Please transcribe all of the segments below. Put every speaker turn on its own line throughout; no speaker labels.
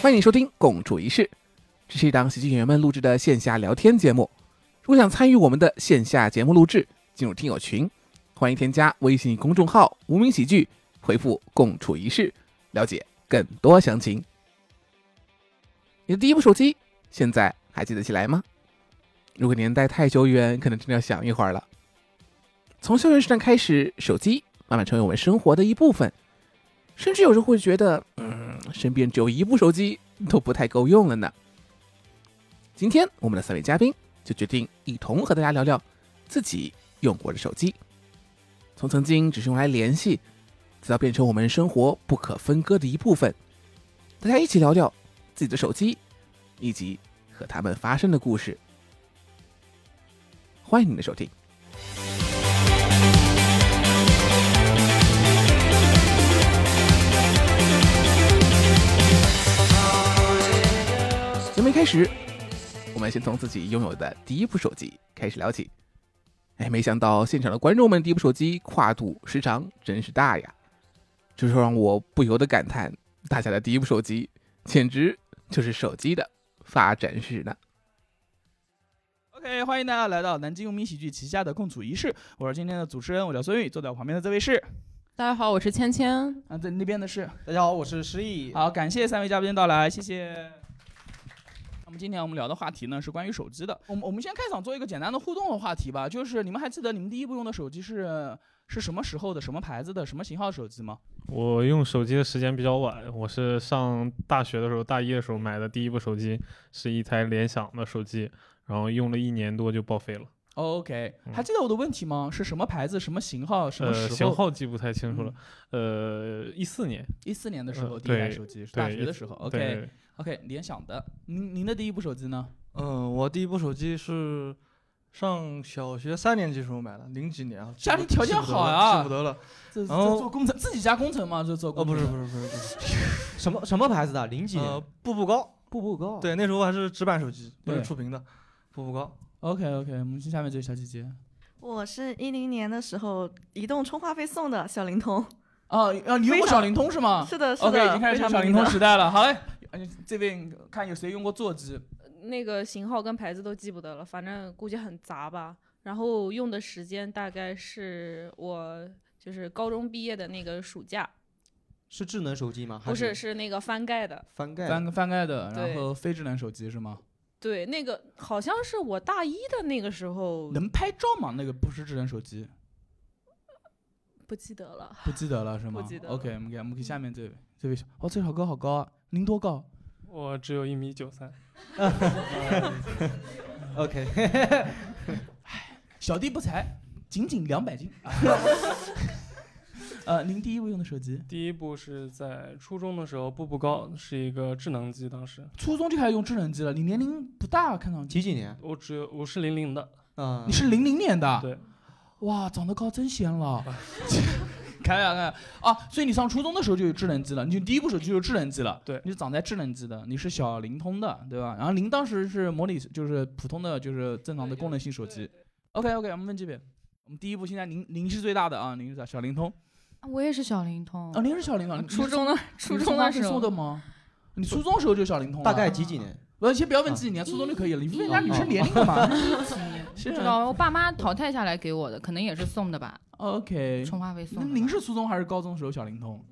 欢迎收听《共处一室》，这是一档喜剧演员们录制的线下聊天节目。如果想参与我们的线下节目录制，进入听友群，欢迎添加微信公众号“无名喜剧”，回复“共处一室”了解更多详情。你的第一部手机现在还记得起来吗？如果年代太久远，可能真的要想一会儿了。从校园时代开始，手机慢慢成为我们生活的一部分，甚至有时候会觉得，嗯，身边只有一部手机都不太够用了呢。今天我们的三位嘉宾就决定一同和大家聊聊自己用过的手机，从曾经只是用来联系，直到变成我们生活不可分割的一部分。大家一起聊聊自己的手机，以及和他们发生的故事。欢迎您的收听。节目一开始，我们先从自己拥有的第一部手机开始聊起。哎，没想到现场的观众们第一部手机跨度时长真是大呀，这就让我不由得感叹，大家的第一部手机简直就是手机的发展史呢。
OK，欢迎大家来到南京无名喜剧旗下的共处一室，我是今天的主持人，我叫孙宇，坐在我旁边的这位是
大家好，我是芊芊。
啊，在那边的是。
大家好，我是失忆。
好，感谢三位嘉宾的到来，谢谢。那么今天我们聊的话题呢是关于手机的，我们我们先开场做一个简单的互动的话题吧，就是你们还记得你们第一部用的手机是是什么时候的、什么牌子的、什么型号手机吗？
我用手机的时间比较晚，我是上大学的时候，大一的时候买的第一部手机是一台联想的手机，然后用了一年多就报废了。
OK，
嗯
还记得我的问题吗？是什么牌子、什么型号、什么
呃，
时候？嗯
型号记不太清楚了。呃，一四年，
一四年的时
呃
候，第一台
对
手机是大
对
学的
14
时候。
对
OK，OK，、联想的。您您的第一部手机呢？
嗯，我第一部手机是上小学三年级时候买的，零几年啊。
家里条件
记不得
好
了
啊
记不得了。
这这
然后
做工程自己家工程吗？这做工
哦，不
程
是
的
不是不是不是，
什么什么牌子的？零几
呃
年？，
步步高。
步步高。，
对，那时候还是直板手机，不是
对
触屏的。步步高，
OK OK，我们下面这位小姐姐。
我是一零年的时候，移动充话费送的小灵通。
哦，啊，你用过
非常
小灵通是吗？
是的，是
OK，
的，
已经开始
非
上
常
小灵
迷
通
的
时代了。好嘞，呃这边看有谁用过座机？
那个型号跟牌子都记不得了，反正估计很杂吧。然后用的时间大概是我就是高中毕业的那个暑假，
是智能手机吗？还
不是是那个翻盖的。
翻盖的。
翻翻盖的，然
对
后非智能手机是吗？
对，那个好像是我大一的那个时候，
能拍照吗？那个不是智能手机，
不记得了。
不记得了是吗？
不记得了
OK，我们给我们给下面这位这位小，哦，这小哥好高 啊，您多高？
我只有一米 九三。
OK，
小弟不才，仅仅两 百斤。呃，您第一部用的手机，
第一部是在初中的时候，步步高是一个智能机，当时
初中就开始用智能机了，你年龄不大啊，看上去
几几年？
我只有我是零零的，
嗯
啊
你，是零零年的，
对，
哇，长得高真显 老。 开玩笑啊！所以你上初中的时候就有智能机了，你就第一部手机就是智能机了。
对
你是长在智能机的，你是小灵通的，对吧？然后灵当时是模拟，就是普通的，就是正常的功能性手机。OK OK，我们问这边，我们第一部现在您您是最大的啊，您是小灵通
啊我也是小灵通嗯
啊，，您是小灵通，
初中的初中
的
的时
送
候
的，吗？你初中时候就小灵通了，
大概几几年？嗯
不先不要问自己年，初中就可以了，你问人家
一
女生年龄干 嘛？是啊
不知道我爸妈淘汰下来给我的，可能也是送的吧，
OK，
充话费送
那
的吧。
您是初中还是高中时候小灵通？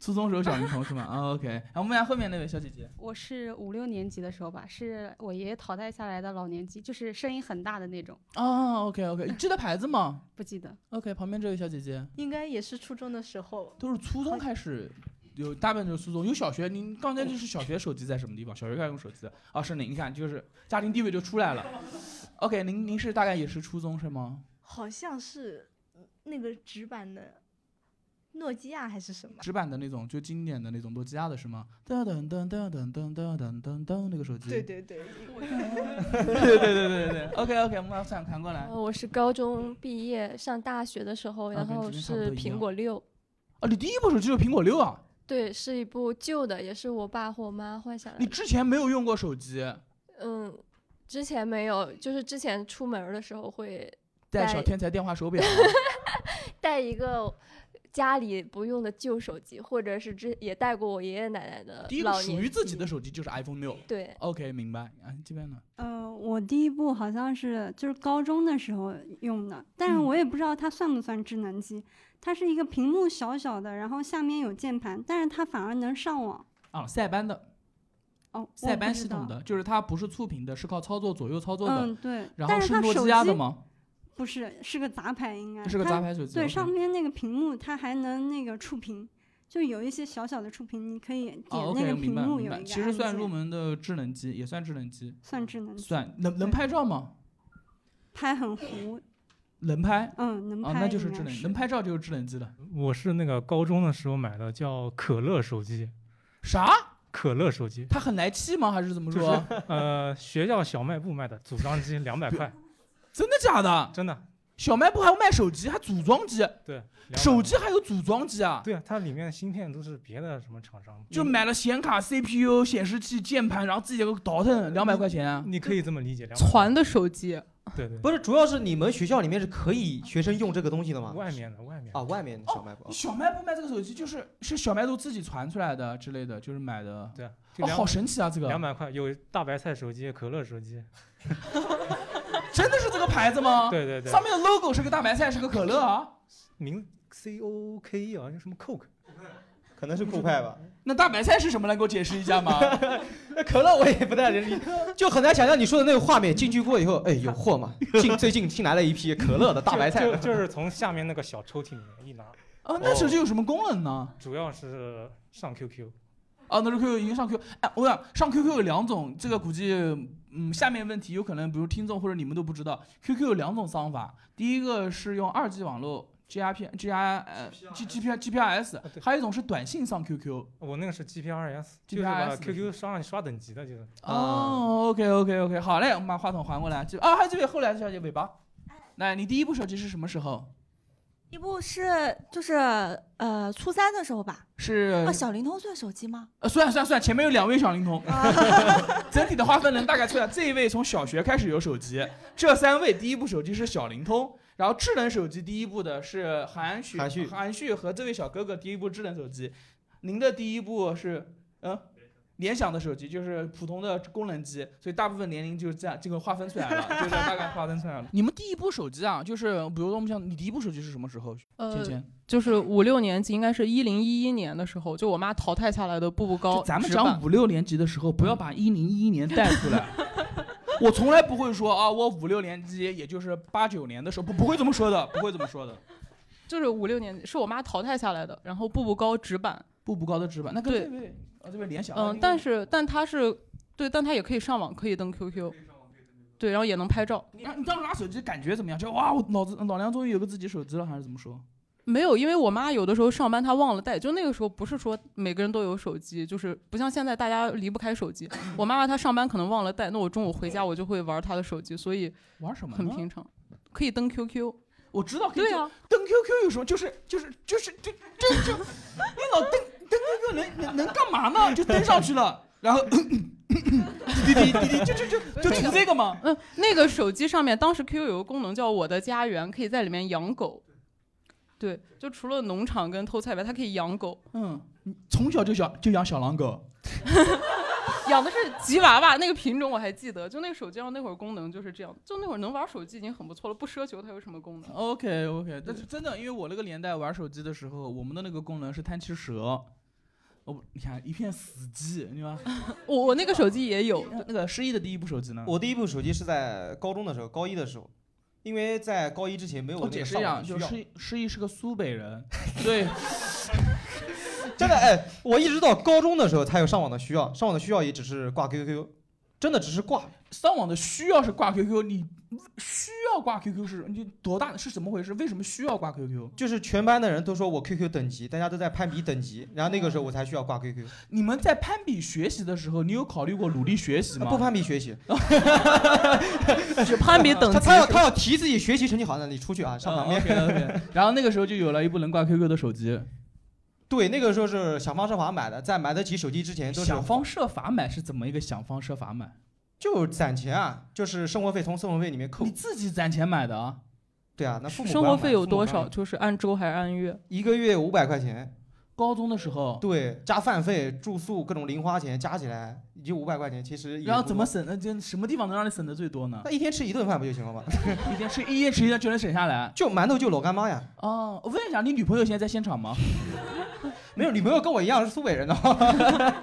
初中时候小灵通是吗？啊，OK。然后我们看后面那位小姐 姐，
我是五六年级的时候吧，是我爷爷淘汰下来的老年机，就是声音很大的那种，
哦，OK OK，记得牌子吗
不记得。
？OK，旁边这位小姐姐
应该也是初中的时候，
都是初中开始，有大部分就是初中，有小学。您刚才就是小学手机在什么地方？小学开始用手机的啊，是您，你看就是家庭地位就出来了。OK，您您是大概也是初中是吗？
好像是嗯那个直板的诺基亚还是什么？
直板的那种，就经典的那种诺基亚的是吗？噔噔噔噔噔噔噔噔噔噔那个手机。
对对对，
对对对对对对。OK OK，我们把摄像头弹过来。
呃我是高中毕业上大学的时候，
啊
然
跟
后
之前差不多
是
一样
苹果六，
哦，你第一部手机就是苹果六啊？
对，是一部旧的，也是我爸或我妈换下来
你
的。
之前没有用过手机，
嗯，之前没有，就是之前出门儿的时候会
戴
戴
小天才电话手表啊，
带一个家里不用的旧手机，或者是之也带过我爷爷奶奶的
第一个
老
属
年
于自己的手机就是 iPhone 六。
对
，OK，明白。啊，这边呢？
呃，我第一部好像是就是高中的时候用的，但是
嗯
我也不知道它算不算智能机。它是一个屏幕小小的，然后下面有键盘，但是它反而能上网。
啊，塞班的，
哦，我
塞班
不知
系统
道。
的，就是它不是触屏的，是靠操作左右操作的。
嗯，对。
然后
但是它
诺
手
基
机
亚的吗？
不是，是个杂牌应该。
是个
它
杂牌手机
对，
，OK
上面那个屏幕它还能那个触屏，就有一些小小的触屏，你可以
哦
点那
，OK，
个
明
屏
白
幕
明
有
白。
一个。
其实算入门的智能机，也算智能机，
算智能机
算能能拍照吗？
拍很糊，
能拍。
嗯，能拍
啊，
应该。
那就是智能，能拍照就是智能机了。
我是那个高中的时候买的，叫可乐手机。
啥？
可乐手机？
它很来气吗？还是怎么
就是
说？啊
呃，学校小卖部卖的组装机两百块，
真的假的？
真的。
小卖部还有卖手机，还组装机。
对，
手机还有组装机啊？
对啊，它里面的芯片都是别的什么厂商，
就买了显卡、CPU、显示器、键盘，然后自己倒腾两百块钱。
嗯
啊
你可以这么理解，
传的手机，
对对，
不是，主要是你们学校里面是可以学生用这个东西的吗？
外面的，外面
啊，外面的小卖部。
小卖部卖这个手机就是是小卖部自己传出来的啊之类的，就是买的。
对啊，
哦，好神奇啊！这个
两百块有大白菜手机、可乐手机，
真的是这个牌子吗？
对对对
啊上面的 logo 是个大白菜，是个可乐啊。
名 C O K E 啊，叫什么 Coke，
可能是酷派吧。
那大白菜是什么？能给我解释一下 吗？
那可乐我也不太理解， 就很难想象你说的那个画面。进去过以后，哎，有货 吗？近最近新来了一批可乐的大白菜
就，就就是从下面那个小抽屉里面一拿。
啊，那手机有什么功能呢？
主要是上 QQ。
啊，那是 QQ 已经上 Q，哎，我想上 QQ 有两种，这个估计，嗯，下面问题有可能，比如听众或者你们都不知道，QQ 有两种方法，第一个是用二 G 网络 GRP G R 呃 G G P G P R S，还有一种是短信上 QQ。
啊我那个是 GPRS，就是
GPRS
把
的
QQ 上让你刷等级的，就是。
啊
哦，OK OK OK，好嘞，我们把话筒还过来，这啊，还有这位后来的小姐尾巴，来，你第一部手机是什么时候？
一部是就是呃初三的时候吧，
是
哦
啊小灵通算手机吗？
呃，算了算了算了，前面有两位小灵 通，整体的划分能大概出来。这一位从小学开始有手机，这三位第一部手机是小灵通，然后智能手机第一部的是韩旭，
韩旭
韩旭和这位小哥哥第一部智能手机，您的第一部是嗯。联想的手机就是普通的功能机，所以大部分年龄就是这样，这个划分出来了，就是大概划分出来了。 你们第一部手机啊，就是比如说我们像你第一部手机是什么时候？
呃
芊芊，
就是五六年级，应该是一零一一年的时候，就我妈淘汰下来的步步高
就咱们
直板
讲五六年级的时候，不要把一零一一年带出 来。我从来不会说啊，我五六年级，也就是八九年的时候，不不会这么说的，不会这么说 的。
就是五六年级，是我妈淘汰下来的，然后步步高直板，
步步高的直板，那跟
对
这，位啊这位联想啊，
嗯，但是但它是对，但它也可以上网，可以登 QQ，对，然后也能拍照。
你你当时拿手机感觉怎么样？就哇，我脑子老娘终于有个自己手机了，还是怎么说？
没有，因为我妈有的时候上班她忘了带，就那个时候不是说每个人都有手机，就是不像现在大家离不开 手机。我妈妈她上班可能忘了带，那我中午回家我就会玩她的手机，所以
玩什么呢
很平常，可以登 QQ。
我知道，
对啊，
登 QQ 有什么？就是就是就是这这这，你老登登 QQ 能能能干嘛 呢？就登上去了，然后滴滴滴滴滴，就就就就
那
图这个吗？
嗯，那个手机上面当时 QQ 有个功能叫“我的家园”，可以在里面养狗。对，就除了农场跟偷菜以外，它可以养狗，
嗯，从小就想就养小狼狗。
养的是吉娃娃那个品种我还记得。就那个手机上那会儿功能就是这样，就那会儿能玩手机已经很不错了，不奢求它有什么功能。
OK OK，但是真的，因为我那个年代玩手机的时候，我们的那个功能是贪吃蛇，哦，你看一片死寂，你吧？
我我那个手机也有，
那个失忆的第一部手机呢？
我第一部手机是在高中的时候，高一的时候，因为在高一之前没有
我
那
解
个
释一
上
下，
网的需
就
要。
失忆失忆是个苏北人，对，
真的哎，我一直到高中的时候才有上网的需要，上网的需要也只是挂 QQ，真的只是挂。
上网的需要是挂 QQ，你需要挂 QQ 是你多大是怎么回事？为什么需要挂 QQ？
就是全班的人都说我 QQ 等级，大家都在攀比等级，然后那个时候我才需要挂 QQ。
你们在攀比学习的时候，你有考虑过努力学习吗？
呃不攀比 学习，
只攀比等级
他他要
是吧
他要提自己学习成绩好，那你出去啊，上旁边。
嗯 OK OK，然后那个时候就有了一部能挂 QQ 的手机。
对，那个时候是想方设法买的，在买得起手机之前都是
想方设法买是怎么一个想方设法买？
就攒钱啊，就是生活费从生活费里面扣。你
自己攒钱买的啊？
对啊，那父母
生
不要
活
买
费有
父母
多
不要
少？
买
就是按周还是按月？
一个月五百块钱。
高中的时候，
对，加饭费、住宿、各种零花钱加起来也就五百块钱，其实也
然后
不哦
怎么
多？
省呢？就什么地方能让你省的最多呢？
那一天吃一顿饭不就行了吗？
一天吃一天吃一顿就能省下来？
就馒头就老干妈呀。
哦，我问一下，你女朋友现在在现场吗？
没有，女朋友跟我一样是苏北人的。哦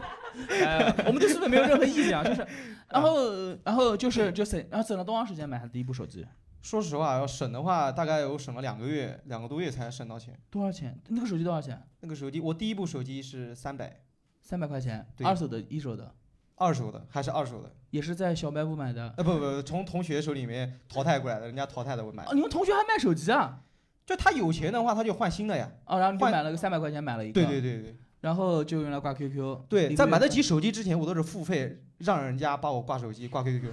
哎我们对苏北没有任何意见啊， 就是，然后然后就是就省，然后省了多长时间买的第一部手机？
说实话，要省的话，大概有省了两个月，两个多月才省到钱。
多少钱？那个手机多少钱？
那个手机，我第一部手机是三百，
三百块钱，
对
二手的，一手的，
二手的还是二手的？
也是在小卖部买的。
呃，不不，从同学手里面淘汰过来的，人家淘汰的我买。
哦，你们同学还卖手机啊？
就他有钱的话，他就换新的呀。
哦，然后你就
换
买了个三百块钱买了一个。
对对对对。
然后就用来挂 QQ。
对，
啊你
在
不
买
是
得起手机之前，我都是付费让人家帮我挂手机、挂 QQ，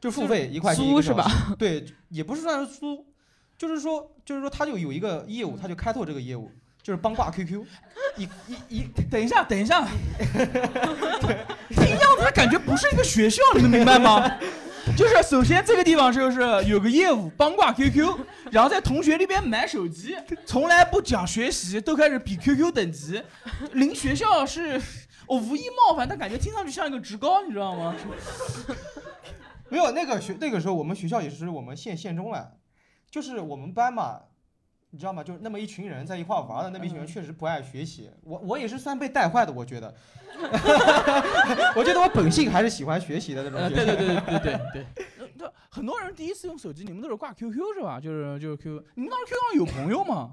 就付
就
费
是
一块钱一
租
个
是吧
小时？对，也不是算是租，就是说，就是说，他就有一个业务，他就开拓这个业务，就是帮挂 QQ。一一一，
等一下，等一下，这样子感觉不是一个学校，你们明白吗？ 就是首先这个地方就是有个业务帮挂 QQ，然后在同学那边买手机，从来不讲学习，都开始比 QQ 等级。临学校是，我无意冒犯，但感觉听上去像一个职高，你知道吗？
没有那个学那个时候，我们学校也是我们县县中了，就是我们班嘛，你知道吗？就是那么一群人在一块玩的，那么一群
嗯
人确实不爱学习。我我也是算被带坏的，我觉得， 我觉得我本性还是喜欢学习的那种
呃
学生。
对 对对对对对就很多人第一次用手机，你们都是挂 QQ 是吧？就是就是 Q，你们当时 QQ 上有朋友吗？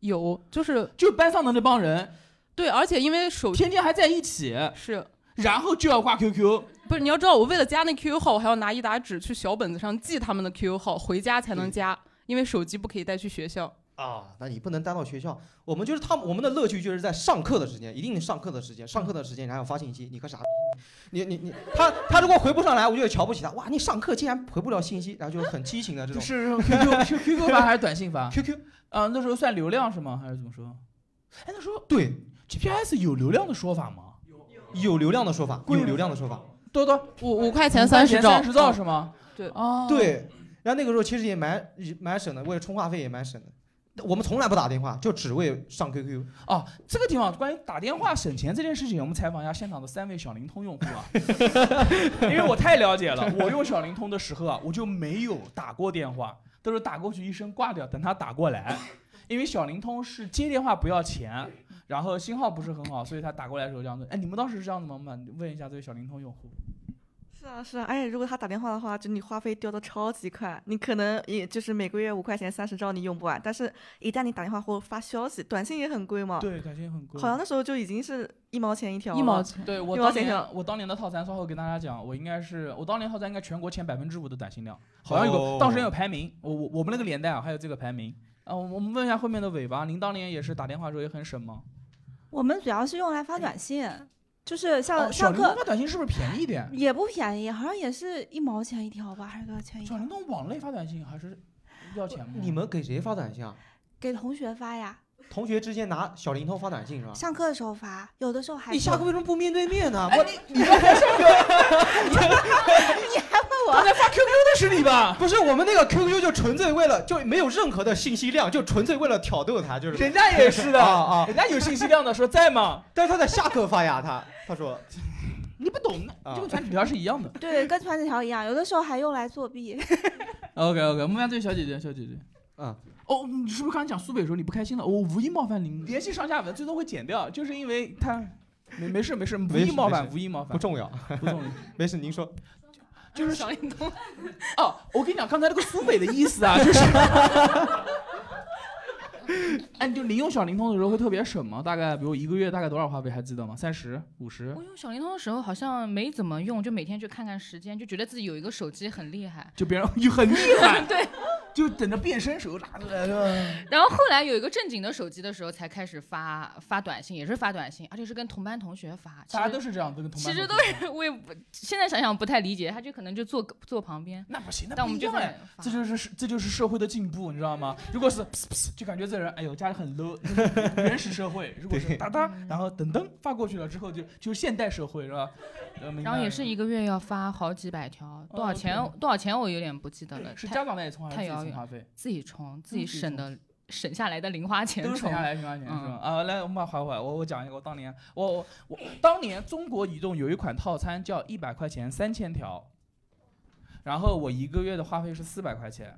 有，就是
就班上的那帮人，
对，而且因为手
天天还在一起，
是，
然后就要挂 QQ，
不是你要知道，我为了加那 QQ 号，我还要拿一沓纸去小本子上记他们的 QQ 号，回家才能加，因为手机不可以带去学校。
啊，那你不能待到学校。我们就是他们，我们的乐趣就是在上课的时间，一定上课的时间，上课的时间，然后发信息，你个傻逼，你你你，他他如果回不上来，我就瞧不起他。哇，你上课竟然回不了信息，然后就很激情的这种。
是 QQ Q QQ 发还是短信发
？QQ
啊，那时候算流量是吗？还是怎么说？哎，那时候
对
GPS 有流量的说法吗？
有流量的说法，有流量的说法。
多多
五五块钱
五块
三
钱
十兆，
三十兆是吗？
对
哦，
对，然后那个时候其实也蛮也蛮省的，为了充话费也蛮省的。我们从来不打电话，就只为上 QQ。
哦，这个地方关于打电话省钱这件事情，我们采访一下现场的三位小灵通用户啊， 因为我太了解了，我用小灵通的时候啊，我就没有打过电话，都是打过去一声挂掉，等他打过来，因为小灵通是接电话不要钱，然后信号不是很好，所以他打过来的时候这样子。哎，你们当时是这样子吗？妈问一下这位小灵通用户，
是啊，是啊，而且如果他打电话的话，就你话费掉的超级快，你可能也就是每个月五块钱三十兆你用不完，但是一旦你打电话或发消息，短信也很贵嘛。
对，短信很贵
啊好像那时候就已经是一毛钱一条了。
对我
一毛
当
钱一
年
条。
我当年的套餐，稍后跟大家讲，我应该是我当年套餐应该全国前百分之五的短信量，好像有个、
哦
当时有排名，我我我们那个年代啊，还有这个排名。啊，我我们问一下后面的尾巴，您当年也是打电话的时候也很省吗？
我们主要是用来发短信，就是像
哦小
上
灵通
课
发短信是不是便宜一点？
也不便宜，好像也是一毛钱一条吧，还是多少钱一条？
小灵通网内发短信还是要钱吗？
你们给谁发短信啊？
给同学发呀，
同学之间拿小灵通发短信是吧？
上课的时候发，有的时候还哎
你下课为什么不面对面呢？我
你刚才上
你还问我？
刚才发 QQ 的是你吧？
不是，我们那个 QQ 就纯粹为了，就没有任何的信息量，就纯粹为了挑逗他，就是
人家也是的
啊啊，
人家有信息量的，说在吗？
但是他在下课发呀， 他他说啊
你不懂，
这
个传纸条是一样 的。
对，跟传纸条一样，有的时候还用来作弊。
OK OK，我们家这位小姐姐，小姐姐，
啊，
哦，你是不是刚才讲苏北的时候你不开心了？哦我无意冒犯您，联系上下文最终会剪掉，就是因为他没没事没事， 无
没
意
事
冒
没
犯，
事
无意冒犯，
不重要，
不重要，
没事，您说。
就是小灵通。哦，我跟你讲，刚才那个苏北的意思啊， 就是，哎，就您用小灵通的时候会特别省吗？大概比如一个月大概多少话费还记得吗？三十、五十？
我用哦小灵通的时候好像没怎么用，就每天去看看时间，就觉得自己有一个手机很厉害。
就别人 就很厉 害，对，就等着变身时候拿出来的。
然后后来有一个正经的手机的时候，才开始发发短信，也是发短信，而且是跟同班同学发。其
大家
实
都是这样，都跟同
其
班
实
同
都
学
是我也不现在想想不太理解，他就可能就坐坐旁边。
那不行，那
但我
不
们
一
就
样哎这
在，
就是这就是社会的进步，你知道吗？如果是就感觉这人哎呦家里很 low，就是原始社会；如果是哒哒，然后噔噔发过去了之后就就是现代社会是吧？呃明白
然后也是一个月要发好几百条，多
哦
少钱？
对
多少钱？我有点不记得了。
是
太
家长那一层还是
太
自己
遥
层充话费
自己充，自己
自己
省的省下来的零花钱
都
充，
是省下来零花钱是
嗯
吧？啊，来，我们回回，我我讲一个，我当年我我我当年中国移动有一款套餐叫一百块钱三千条，然后我一个月的话费是四百块钱，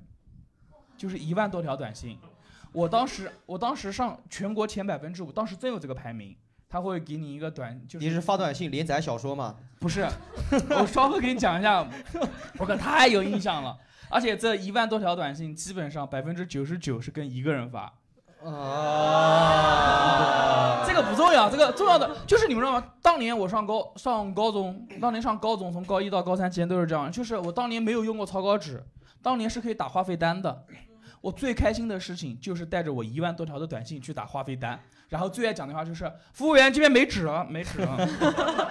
就是一万多条短信。我当时我当时上全国前百分之五，当时真有这个排名，他会给你一个短，就是
你是发短信连载小说吗？
不是，我稍后给你讲一下，我可太有印象了。而且这一万多条短信，基本上百分之九十九是跟一个人发。
啊，
这个不重要，这个重要的就是你们知道吗？当年我上高上高中，当年上高中从高一到高三期间都是这样，就是我当年没有用过草稿纸，当年是可以打话费单的。我最开心的事情就是带着我一万多条的短信去打话费单，然后最爱讲的话就是服务员这边没纸了，没纸了。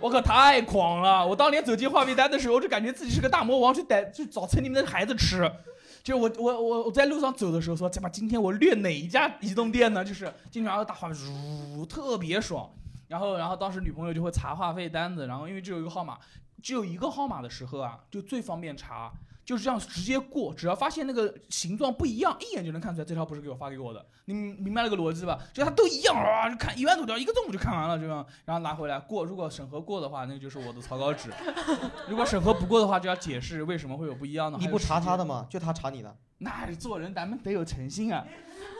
我可太狂了！我当年走进话费单的时候，我就感觉自己是个大魔王，去逮去找村里面的孩子吃。就是我我我我在路上走的时候说，怎么今天我略哪一家移动店呢？就是经常要打话费，呜，特别爽。然后然后当时女朋友就会查话费单子，然后因为只有一个号码，只有一个号码的时候啊，就最方便查，就是这样直接过，只要发现那个形状不一样，一眼就能看出来这条不是给我发给我的。你明白那个逻辑吧？就它都一样啊，就看一万多条，一个中午就看完了，这样，然后拿回来过。如果审核过的话，那就是我的草稿纸； 如果审核不过的话，就要解释为什么会有不一样的。
你不查他的吗？就他查你的。
那做人咱们得有诚信啊，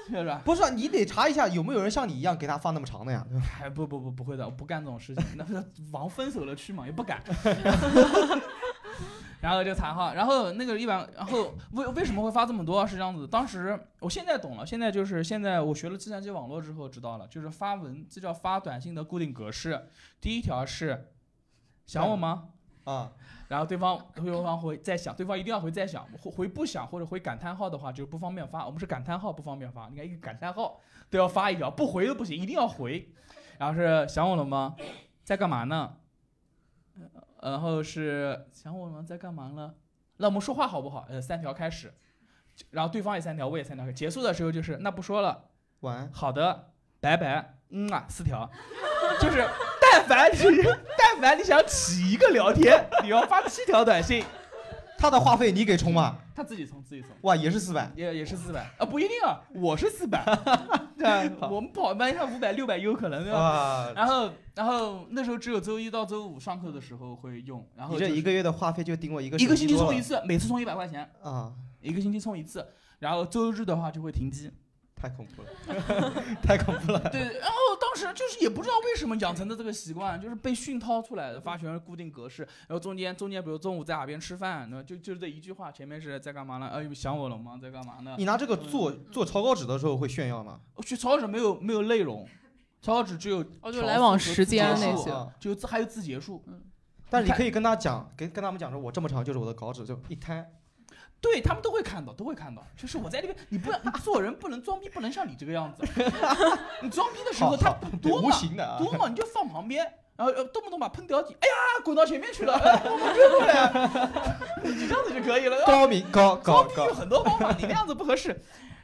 是不是？
不是，你得查一下有没有人像你一样给他发那么长的呀？
哎，不不不，不会的，我不干这种事情。那不是往分手了去嘛，也不敢。然后就残号，然后那个一般，然后为为什么会发这么多？啊是这样子，当时我现在懂了，现在就是现在我学了计算机网络之后知道了，就是发文这叫发短信的固定格式，第一条是想我吗？
啊、
然后对方对方回再想，对方一定要回再想，回回不想或者回感叹号的话就是不方便发，我们是感叹号不方便发，你看一个感叹号都要发一条，不回都不行，一定要回。然后是想我了吗？在干嘛呢？呃然后是想我了吗？在干嘛呢？那我们说话好不好？呃，三条开始，然后对方也三条，我也三条，结束的时候就是那不说了，
晚安，
好的，拜拜，嗯啊，四条，就是 但凡你但凡你想起一个聊天，你要发七条短信，
他的话费你给充吗？
他自己充自己充，
哇，也是四百。
也也是四百啊，不一定啊，我是 四百，对吧，我们跑班上五百六百有可能对吧
啊？
然后然后那时候只有周一到周五上课的时候会用，然后
你这
就是
一个月的话费就顶我一个
一个星期
多
充
了
一次，每次充一百块钱，
啊，
一个星期充一次，然后周日的话就会停机。
太恐怖了， 太恐怖了。
对，然后当时就是也不知道为什么养成的这个习惯，就是被熏陶出来的，发全是固定格式，然后中间中间比如中午在哪边吃饭，那就就这一句话，前面是在干嘛呢？哎、想我了吗？在干嘛呢？
你拿这个做做草稿纸的时候会炫耀吗？
我哦去超市没有没有内容，超市只有
哦就来往时间
条
那
数
些
啊就自还有字节数。
但是你
嗯看
可以跟他讲，跟跟他们讲说，我这么长就是我的稿纸，就一摊。
对他们都会看到，都会看到。就是我在那边，你不能做人不能装逼，不能像你这个样子。你装逼的时候，他多
无
嘛
形的啊
多嘛，你就放旁边，然后呃动不动把喷掉底，哎呀，滚到前 面去了，哎我们追过来，你这样子就可以了。
高明高高
装逼
高
有，很多方法，你那样子不合适。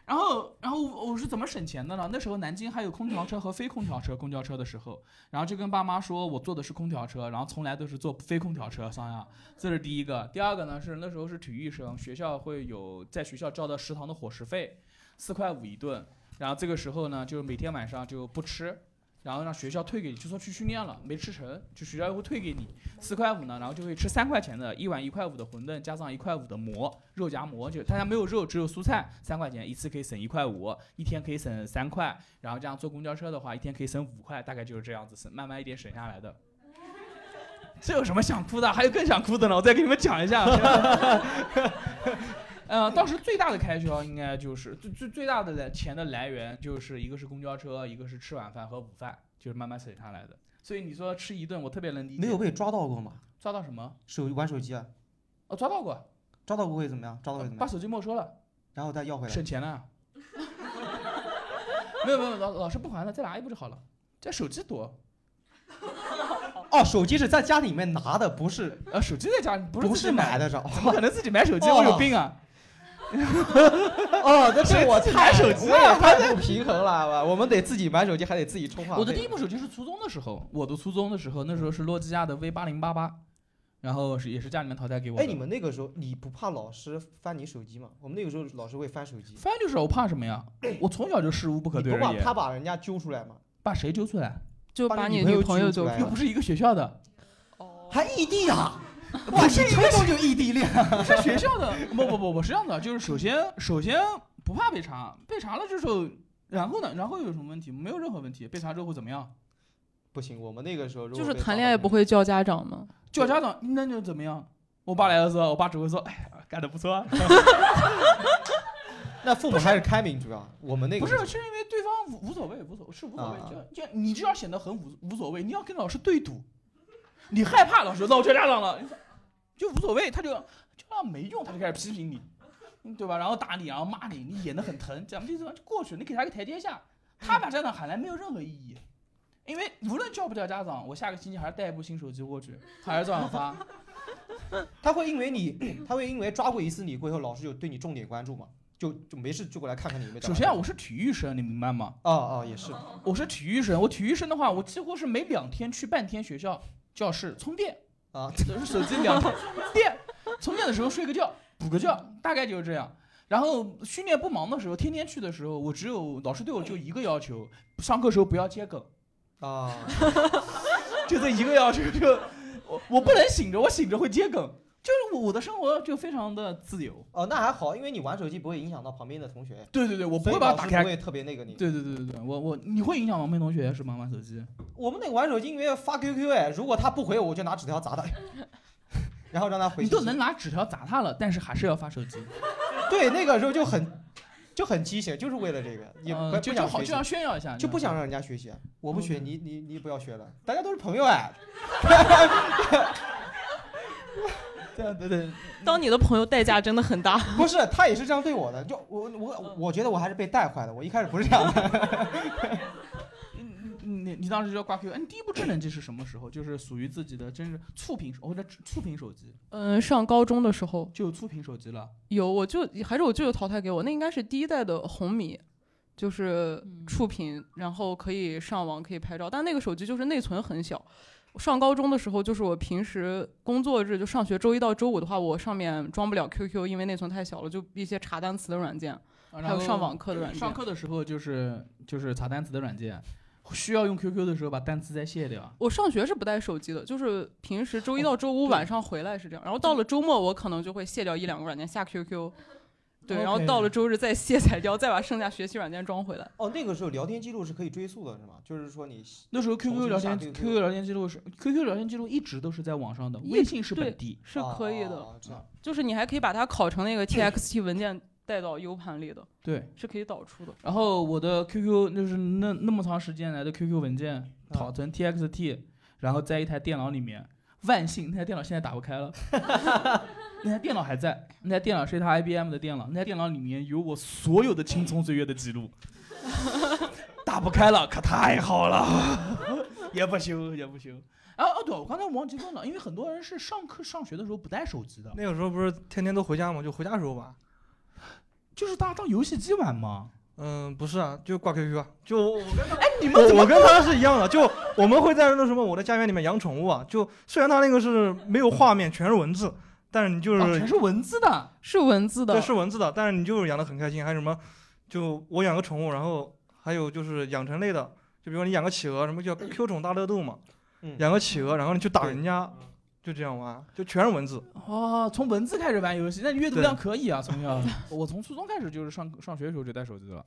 然后，然后我我是怎么省钱的呢？那时候南京还有空调车和非空调车、公交车的时候，然后就跟爸妈说我坐的是空调车，然后从来都是坐非空调车上呀。这是第一个。第二个呢是那时候是体育生，学校会有在学校交的食堂的伙食费，四块五一顿。然后这个时候呢，就是每天晚上就不吃，然后让学校退给你，就说去训练了没吃成，就学校会退给你四块五呢，然后就会吃三块钱的一碗一块五的馄饨，加上一块五的馍，肉夹馍，就大家没有肉，只有蔬菜，三块钱一次可以省一块五，一天可以省三块，然后这样坐公交车的话，一天可以省五块，大概就是这样子省，慢慢一点省下来的。这有什么想哭的？啊还有更想哭的呢，我再给你们讲一下。呃，当时最大的开销应该就是最最最大的来钱的来源，就是一个是公交车，一个是吃晚饭和午饭，就是慢慢省下来的。所以你说吃一顿，我特别能理解。
没有被抓到过吗？
抓到什么？
手玩手机啊？
哦，抓到过，
抓到过会怎么样？抓到会怎么样？
把手机没收了，
然后再要回来。
省钱啊了。没有没有，老老师不还了，再拿一部就好了。这手机多，
哦，手机是在家里面拿的，不是
呃，手机在家不
是
自己买
买的，是吧？
怎么可能自己买手机？
哦
我有病啊！
哦，那是 我
自己
太
买手机
我
啊
也太不平衡了吧？我们得自己买手机，还得自己充话费。
我的第一部手机是初中的时候，我读初中的时候，那时候是诺基亚的 V 八零八八，然后是也是家里面淘汰给我的。
哎，你们那个时候你不怕老师翻你手机吗？我们那个时候老师会翻手机，
翻就是我怕什么呀？我从小就事无不可
你
对
不
人
怕
也。
他把人家揪出来吗？
把谁揪出来？
就
把
把
你
你
女
女
朋
朋
友
友
揪
揪
出
出
来
来，
又不
是一个学校的。
哦
还异地 啊？
哇，这
一动就异地恋，啊
是学 校的。不不不不，是这样的，就是首先首先不怕被查，被查了之后，然后呢，然后有什么问题？没有任何问题，被查之后会怎么样？
不行，我们那个时候如
就
果
是
被
谈恋爱不会叫家长吗？
叫家长那就怎么样？我爸来的时候，我爸只会说，哎，干得不错啊。
那父母还是开明主要，我们那个
不
时
是
候，
是因为对方无无所谓，无所是无所谓
啊，
就就你就要显得很无无所谓，你要跟老师对赌，你害怕老师，那我叫家长了，就无所谓，他就就那没用，他就开始批评你，嗯对吧？然后打你，然后骂你，你演的很疼，咱们这地方就过去，你给他个台阶下，他把家长喊来没有任何意义，因为无论叫不叫家长，我下个星期还是带一部新手机过去，还是照样发。
他会因为你， 他会因为抓过一次你过后，老师就对你重点关注嘛，就就没事就过来看看你有没有。
首先啊，我是体育生，你明白吗？
哦哦，也是。
我是体育生，我体育生的话，我几乎是每两天去半天学校教室充电
啊，
就是手机两天电，充电的时候睡个觉，补个觉，大概就是这样。然后训练不忙的时候，天天去的时候，我只有老师对我就一个要求，上课时候不要接梗，
啊，
就这一个要求，就我我不能醒着，我醒着会接梗，就是我的生活就非常的自由。
哦，那还好，因为你玩手机不会影响到旁边的同学。
对对对，我不
所以
会把它
老
打
师
开。
不会特别那个你。
对对对对对，我我你会影响王妹同学是吗？玩手机？
我们那个玩手机因为发 QQ 哎，如果他不回我，我就拿纸条砸他， 然后让他回。
你都能拿纸条砸他了，但是还是要发手机。
对，那个时候就很就很畸形，就是为了这个，也不、
嗯
不
就
想
就好
学习
就想嗯炫耀一下
就不想让人家学习。啊我不学，你你你不要学了，大家都是朋友哎。对啊对对，
当你的朋友代价真的很大。
不 是他也是这样对我的，就我我我觉得我还是被带坏的，我一开始不是这样的。
你你当时就挂 Q，哎，你第一部智能机是什么时候？就是属于自己的，真是触屏手或者触屏手机，
嗯，上高中的时候
就有触屏手机了。
有，我舅还是我舅舅淘汰给我，那应该是第一代的红米，就是
嗯
触屏，然后可以上网，可以拍照。但那个手机就是内存很小。上高中的时候，就是我平时工作日就上学，周一到周五的话，我上面装不了 QQ，因为内存太小了，就一些查单词的软件，
啊
还有上网课的软件。
上课的时候就是就是查单词的软件，需要用 QQ 的时候把单词再卸掉。
我上学是不带手机的，就是平时
哦
周一到周五晚上回来是这样，然后到了周末我可能就会卸掉一两个软件下 QQ，对，然后
OK
到了周日再卸 载掉，再把剩下学习软件装回来。
哦，那个时候聊天记录是可以追溯的，是吗？就是说你
那时候 QQ 聊天
重新下
QQ 聊天记录是 QQ 聊天记录一直都是在网上的，
一
微信是
对
本地，哦
是可以的，
这样
就是你还可以把它拷 成那个 TXT 文件带到 U 盘里的，
对，
是可以导出的。
然后我的 QQ 就是那那么长时间来的 QQ 文件
啊
拷成 TXT，、然后在一台电脑里面，万幸那台电脑现在打不 开了，那台电脑还在，那台电脑是一台 IBM 的电脑，那台电脑里面有我所有的青葱岁月的记录，打不开了，可太 好了，也不修也不修。啊哦，对，我刚才忘记问了，因为很多人是上课上学的时候不带手机的，
那个时候不是天天都回家吗？就回家时候玩。
就是大家当游戏机玩吗？
嗯，不是啊，就挂 QQ 啊，就我我跟他，哎，
你
们我跟他是一样的，就我们会在那什么我的家园里面养宠物啊，就虽然他那个是没有画面，全是文字，但是你就是、
哦全是文字的，
是文字的
对，是文字的，但是你就是养的很开心。还有什么，就我养个宠物，然后还有就是养成类的，就比如说你养个企鹅，什 么叫 Q 宠大乐斗嘛，
嗯
养个企鹅，然后你去打人家，
嗯
就这样玩，就全是文字。
哦，从文字开始玩游戏，那你阅读
对
量可以啊，从小。我从初中开始就是上上学的时候就带手机了，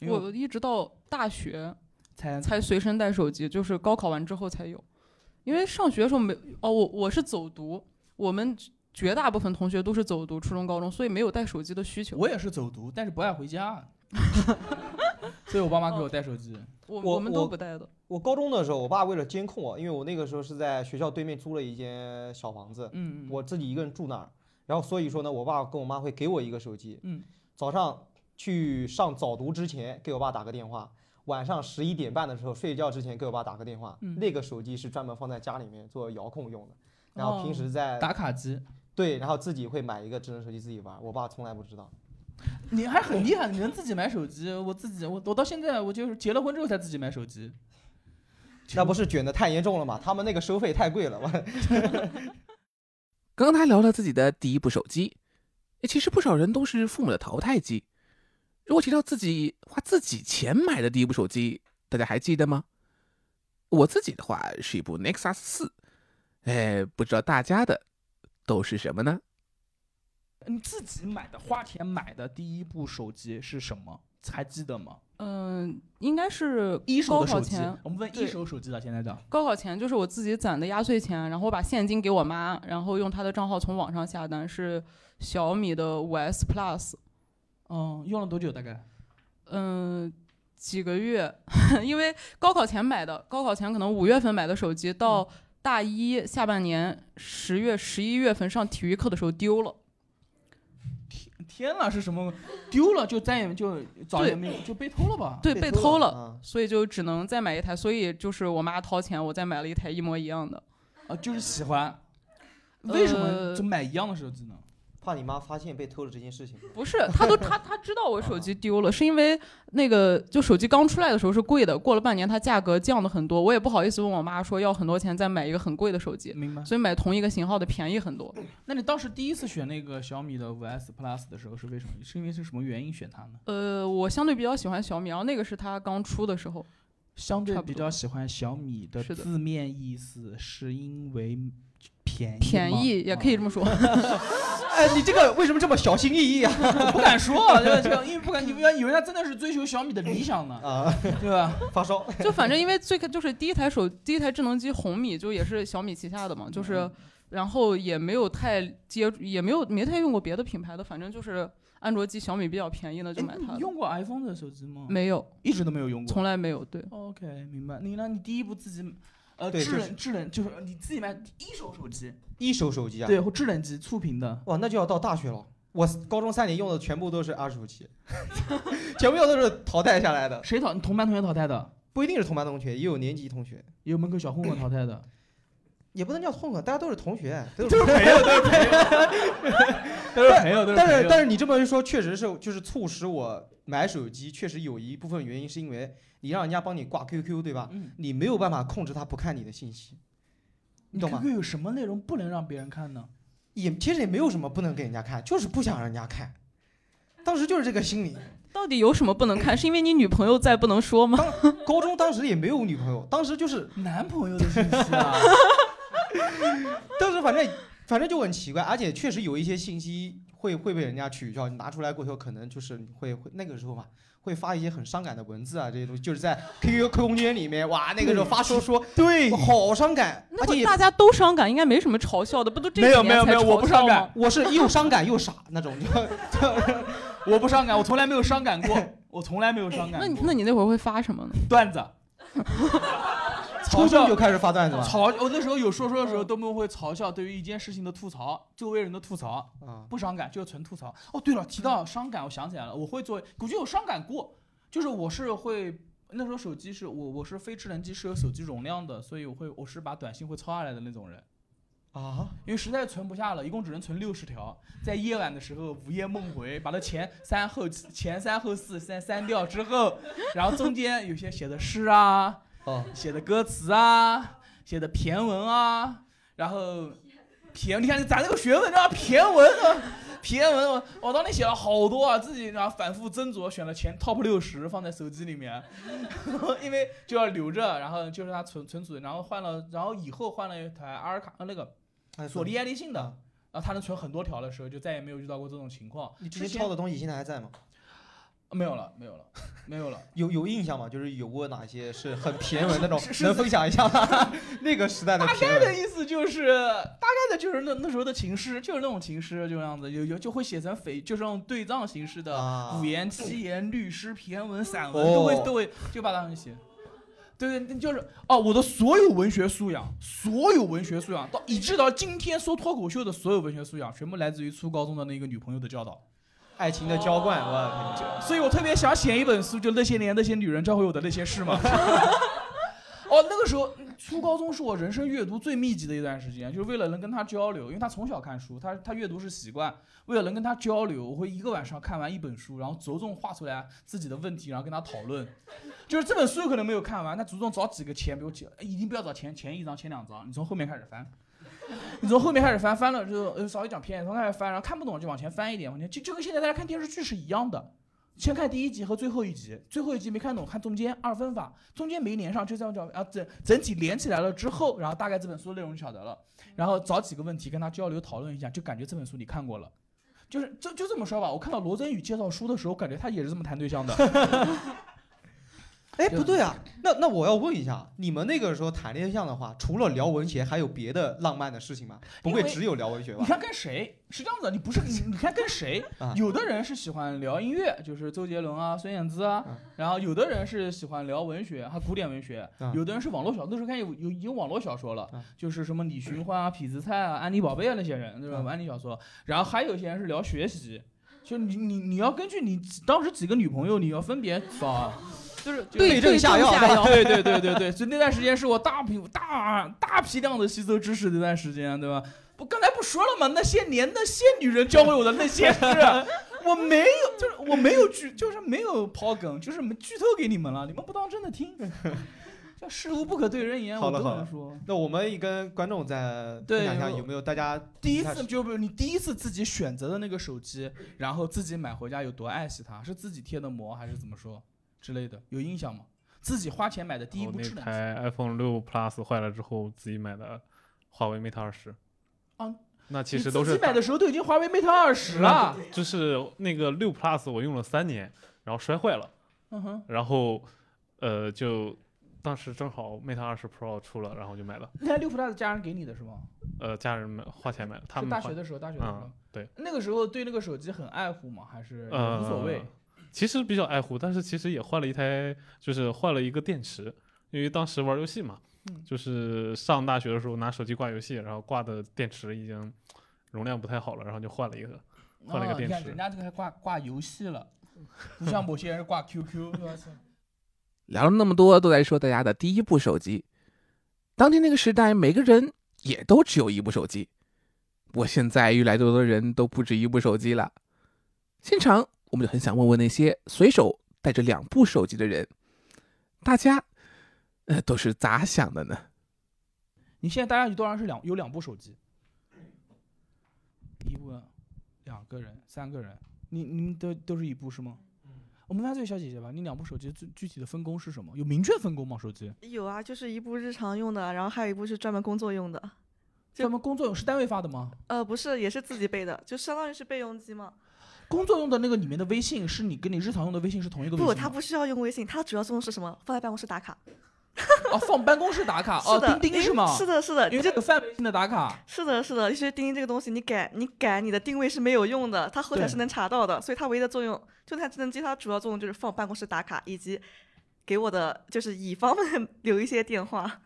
因为
我一直到大学
才
才随身带手机，就是高考完之后才有。因为上学的时候没哦，我我是走读，我们绝大部分同学都是走读，初中、高中，所以没有带手机的需求。
我也是走读，但是不爱回家，啊所以我爸妈给我带手机。
哦我
我
们都不带的。
我高中的时候，我爸为了监控我，因为我那个时候是在学校对面租了一间小房子，
嗯嗯
我自己一个人住那儿，然后所以说呢，我爸跟我妈会给我一个手机，
嗯，
早上去上早读之前给我爸打个电话，晚上十一点半的时候睡觉之前给我爸打个电话，
嗯
那个手机是专门放在家里面做遥控用的，然后
哦
平时在、
打卡机，
对，然后自己会买一个智能手机自己玩，我爸从来不知道。
你还很厉害，你能自己买手机。我自己，我我到现在我就是结了婚之后才自己买手机。
那不是卷的太严重了吗？他们那个收费太贵了，我
刚刚他聊了自己的第一部手机，诶其实不少人都是父母的淘汰机。如果提到自己花自己钱买的第一部手机，大家还记得吗？我自己的话是一部 Nexus 四，哎，不知道大家的都是什么呢？
你自己买的花钱买的第一部手机是什么？还记得吗？
嗯，应该是
一手
高
的
考
手机
前，，
我们问
对
一手手机的，现在的。
高考前就是我自己攒的压岁钱，然后我把现金给我妈，然后用她的账号从网上下单，是小米的五 S Plus。
嗯，用了多久大概？
嗯，几个月， 因为高考前买的，高考前可能五月份买的手机，
嗯
到大一下半年十月、十一月份上体育课的时候丢了。
天呐，是什么？丢了就再也就早也没有就被偷了吧？
对，啊被偷了，所以就只能再买一台。所以就是我妈掏钱，我再买了一台一模一样的。
啊，就是喜欢。为什么
呃
就买一样的手机呢？
怕你妈发现被偷了这件事情。
不是，他都他他知道我手机丢了，是因为那个就手机刚出来的时候是贵的，过了半年它价格降了很多，我也不好意思问我妈说要很多钱再买一个很贵的手机，
明白？
所以买同一个型号的便宜很多。
那你当时第一次选那个小米的五 S Plus 的时候是为什么？是因为是什么原因选它呢？
呃，我相对比较喜欢小米，然后那个是它刚出的时候，
相对
差不
比
多
较喜欢小米的
是的
字面意思，是因为便宜啊吗。
便宜也可 以这么说。
哎，你这个为什么这么小心翼翼啊？
我不敢说，这个这个，因为不敢，你不要以为他真的是追求小米的理想呢。
啊，
对吧？
发烧。
就反正因为最开就是第一台手第一台智能机红米就也是小米旗下的嘛，就是
嗯
然后也没有太接也没有没太用过别的品牌的，反正就是安卓机小米比较便宜的就买它
哎你
了。
用过 iPhone 的手机吗？
没有，
一直都没有用过
从来没有。对，
OK，明白。你呢？你第一部自己，呃，
对
智
就是
能智能就是你自己买一手手机，
一手手机啊？
对，或智能机触屏的。
哇，那就要到大学了。我高中三年用的全部都是二手机， 全部都是淘汰下来的。
谁淘？同班同学淘汰的？
不一定是同班同学，也有年级同学，
也有门口小混混淘汰的。
也不能叫痛快，大家都是同学，都
是朋友，都是朋 友，
都是朋
友都是朋友
但是但是你这么一说，确实是就是促使我买手机，确实有一部分原因是因为你让人家帮你挂 QQ，对吧？你没有办法控制他不看你的信息，
你
懂吗
QQ 有什么内容不能让别人看呢？
也其实也没有什么不能给人家看，就是不想让人家看。当时就是这个心理。
到底有什么不能看？是因为你女朋友在不能说吗？
高中当时也没有女朋友，当时就是
男朋友的信息啊。
当时反正反正就很奇怪，而且确实有一些信息会会被人家取消，你拿出来过后，可能就是你会会那个时候嘛，会发一些很伤感的文字啊，这些东西，就是在 QQ 空间里面，哇，那个时候发说说，对，好伤感，
那
而
会
且
大家都伤感，应该没什么嘲笑的，不都这
没有
几
没
年
有没
才
有，我
嘲
不
笑
伤
吗
感，我是又伤感又傻那种，就
我不伤感，我从来没有伤感过，我从来没有伤感
那
过。
你那你那会儿会发什么呢？
段子，
初中就开始发段子了，
嘲，我那时候有说说的时候，都们会嘲笑对于一件事情的吐槽，周围人的吐槽，
嗯
不伤感就是纯吐槽。哦，对了，提到伤感，我想起来了，我会做，估计有伤感过，就是我是会。那时候手机是我我是非智能机，是有手机容量的，所以我会我是把短信会抄下来的那种人，
啊，
因为实在存不下了，一共只能存六十条，在夜晚的时候午夜梦回，把它前三后前三后四删删掉之后，然后中间有些写的诗啊，
哦，
写的歌词啊，写的骈文啊，然后骈，你看咱这个学问啊，骈文啊，骈文我，我当年写了好多啊，自己然后反复斟酌，选了前 top 六十放在手机里面， 因为就要留着，然后就是它存存储，然后换了，然后以后换了一台阿尔卡呃那个
哎
索尼爱立信
嗯
的。然后它能存很多条的时候，就再也没有遇到过这种情况。
你之前抄的东西现在还在吗？
没有了，没有了，没有了。
有有印象吗？就是有过哪些是 很骈文那种
是，是
能分享一下吗？ 那个时代的
大
骈
概的
文，
意思就是，大概的就是那那时候的情诗，就是那种情诗，就那样子，有有就会写成匪，就是那种对仗形式的五言、七言、律诗、骈文、散文，都会
啊哦
都会就把它们写。对对，就是哦，我的所有文学素养，所有文学素养，到以致到今天说脱口秀的所有文学素养，全部来自于初高中的那个女朋友的教导。
爱情的浇灌，我
就所以我特别想写一本书，就那些年那些女人教会我的那些 事嘛。哦，那个时候初高中是我人生阅读最密集的一段时间，就是为了能跟她交流，因为她从小看书，她她阅读是习惯，为了能跟她交流，我会一个晚上看完一本书，然后着重画出来自己的问题，然后跟她讨论。就是这本书有可能没有看完，但着重找几个前，比如前，一定不要找前前一章、前两章，你从后面开始翻。你从后面开始翻，翻了之后呃稍微讲偏，从开始翻，然后看不懂就往前翻一点，往前就就跟现在大家看电视剧是一样的，先看第一集和最后一集，最后一集没看懂看中间二分法，中间没连上就这样叫啊整整体连起来了之后，然后大概这本书的内容就晓得了，然后找几个问题跟他交流讨论一下，就感觉这本书你看过了。就是就就这么说吧，我看到罗振宇介绍书的时候，感觉他也是这么谈对象的。
哎，不对啊，那那我要问一下，你们那个时候谈恋爱的话，除了聊文学，还有别的浪漫的事情吗？不会
因为
只有聊文学吧
你？看跟谁是这样子的，你不是你你看跟谁
啊，
有的人是喜欢聊音乐，就是周杰伦啊、孙燕姿啊，然后有的人是喜欢聊文学，还古典文学
啊，
有的人是网络小，那时候看有有有网络小说了，就是什么李寻欢啊、痞子蔡啊、安妮宝贝啊那些人，对吧？安妮小说，然后还有一些人是聊学习，就你你你要根据你当时几个女朋友，你要分别找啊。
就是
就
对症下药，
对对对对对，所以那段时间是我大批大大批量的吸收知识的那段时间，对吧？我刚才不说了吗？那些年那些女人教会我的那些事，我没有，就是我没有剧，就是没有抛梗，就是没剧透给你们了，你们不当真的 听。叫事无不可对人言，
好
我
了
都
好
能
了
说。，
那我们也跟观众再分享一下，
对
有没有大家
第一
开
次
始
就不是你第一次自己选择的那个手机，然后自己买回家有多爱惜它，是自己贴的膜还是怎么说之类的，有印象吗？自己花钱买的第一
我
部
哦那
智能机。
台 iPhone 六 Plus 坏了之后，自己买的华为 Mate 二十。
啊，
那其
你
实都
自
是
己买的时候都已经华为 Mate 二十啊了。
那就是那个六 Plus 我用了三年，然后摔坏了，
嗯哼，
然后呃就当时正好 Mate 二十 Pro 出了，然后就买了。
那台六 Plus 家人给你的是吗？
呃，家人买花钱买的，他
是
们
大
花
学的时候大学的时候
嗯、对，
那个时候对那个手机很爱护吗？还是
呃
无所谓？。
其实比较爱护，但是其实也换了一台，就是换了一个电池，因为当时玩游戏嘛，
嗯
就是上大学的时候拿手机挂游戏，然后挂的电池已经容量不太好了，然后就换了一个，换了一个
哦你
电
看
池
人。家这个还挂挂游戏了，不像某些人是挂 QQ。我 操
聊了那么多，都在说大家的第一部手机。当年那个时代，每个人也都只有一部手机。不过现在越来越多的人都不止一部手机了。现场我们就很想问问那些随手带着两部手机的人，大家呃都是咋想的呢？
你现在大家有多少人是两有两部手机？一部，两个人，三个人，你你们都都是一部是吗？我们问下这位小姐姐吧，你两部手机具具体的分工是什么？有明确分工吗？手机
有啊，就是一部日常用的，然后还有一部是专门工作用的。
专门工作用是单位发的吗？
呃，不是，也是自己备的，就相当于是备用机嘛。
工作用的那个里面的微信是你跟你日常用的微信是同一个微信
不，
吗？
它不需要用微信，它主要作用是什么？放在办公室打卡。
哦，放办公室打卡哦
是，的
钉钉是吗？
因为是的是的
因为这有范围性的打卡。
是的，是的，就是钉钉这个东西，你改你改你的定位是没有用的，它后台
对
是能查到的，所以它唯一的作用，就那台智能机它主要作用就是放办公室打卡，以及给我的就是乙方们 留一些电话。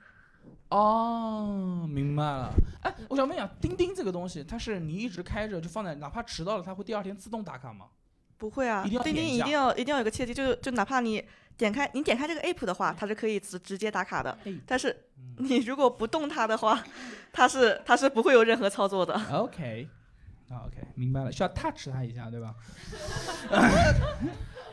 哦，明白了。哎，我想问一下，钉钉这个东西，它是你一直开着就放在，哪怕迟到了，它会第二天自动打卡吗？
不会啊，
一定要
钉钉
点一
一
下
定要一定要有个切记，就是就哪怕你点开你点开这个 app 的话，它是可以直直接打卡的，
哎
但是
嗯
你如果不动它的话，它是它是不会有任何操作的。
OK，啊 OK，明白了，需要 touch 它一下，对吧？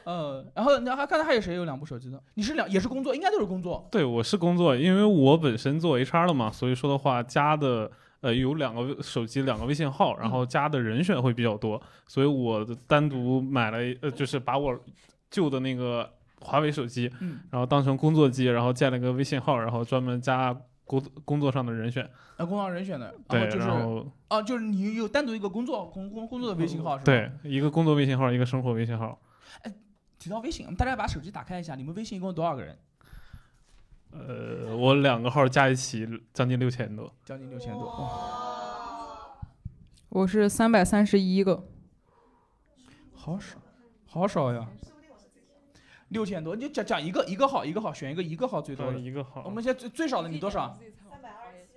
呃，然后然后刚才还有谁有两部手机的？你是两也是工作，应该都是工作。
对，我是工作，因为我本身做 HR 的嘛，所以说的话加的呃有两个微手机，两个微信号，然
嗯
后加的人选会比较多，所以我单独买了一呃，就是把我旧的那个华为手机，
嗯
然后当成工作机，然后建了个微信号，然后专门加工工作上的人选，
呃，工作人选的，
对
然后就是
然后
哦，就是你有单独一个工作工工工作的微信号是吧？
对，一个工作微信号，一个生活微信号，
提到微信，我们大家把手机打开一下，你们微信一共有多少个人？
呃，我两个号加一起将近六千多，
将近六千多。哇
我是三百三十一个，
好少，好少呀。六千多，你就讲讲一个一个号一个号，选一个一个号最多的
对嗯一个号
我们现在最最少的你多少？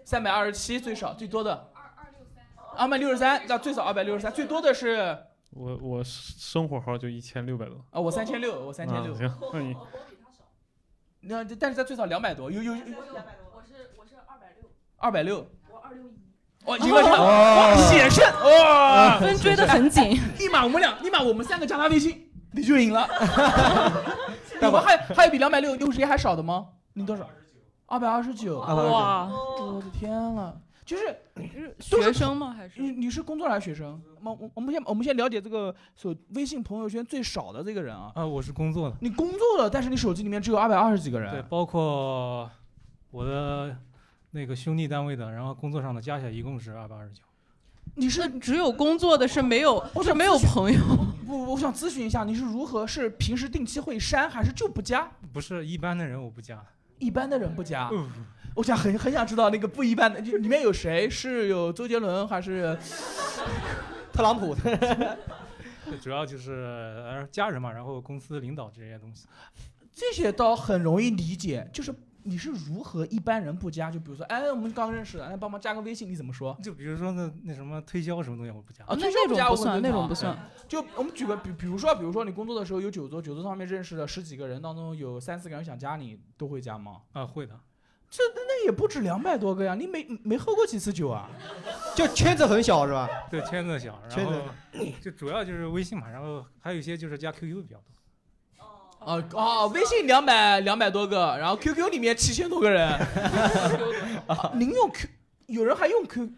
三百二十七最少，最多的二百六十三，那最少二百六十三，最多的是啊、
我我生活号就一千六百多，
我三千六，我三千
啊
六。
行，那你
那但是他最少两百多，有有有二百六，我是我是二百六，我二六一，哦，赢了赢了，哇险胜哇，
分追得很紧
立马我们俩，立马我们三个加他微信，你就赢 了。你们还还有比两百六六十一还少的吗？你多少？二百二十九，
229
我的天了！就是
是学生吗？还
是你你是工作还是学生？我我我们先我们先了解这个手微信朋友圈最少的这个人啊。
啊，我是工作的，
你工作了，但是你手机里面只有二百二十几个人。
对，包括我的那个兄弟单位的，然后工作上的加起来一共是二百二十九。
你是
只有工作的是没有，
我
是
想
没有
咨询
朋友。
不，我想咨询一下，你是如何是平时定期会删，还是就不加？
不是一般的人我不加，
一般的人不加。我想很很想知道那个不一般的，就里面有谁？是有周杰伦还是
特朗普？
对主要就是呃家人嘛，然后公司领导这些东西。
这些倒很容易理解，就是你是如何一般人不加？就比如说，哎，我们刚认识的，哎，帮忙加个微信，你怎么说？
就比如说那那什么推销什么东西我不加。
啊，
哦那
那
那种不算那种不算。
啊就我们举个比，比如说，比如说你工作的时候有九桌，九桌上面认识的十几个人当中有三四个人想加你，都会加吗？
啊，会的。
这那也不止两百多个呀，你没没喝过几次酒啊？
就圈子很小是吧？
对，圈子小，然
圈子
后就主要就是微信嘛，然后还有一些就是加 QQ 比较多。
啊哦，微信两百两百多个，然后 QQ 里面七千多个人。 啊您用 Q，有人还用 Q？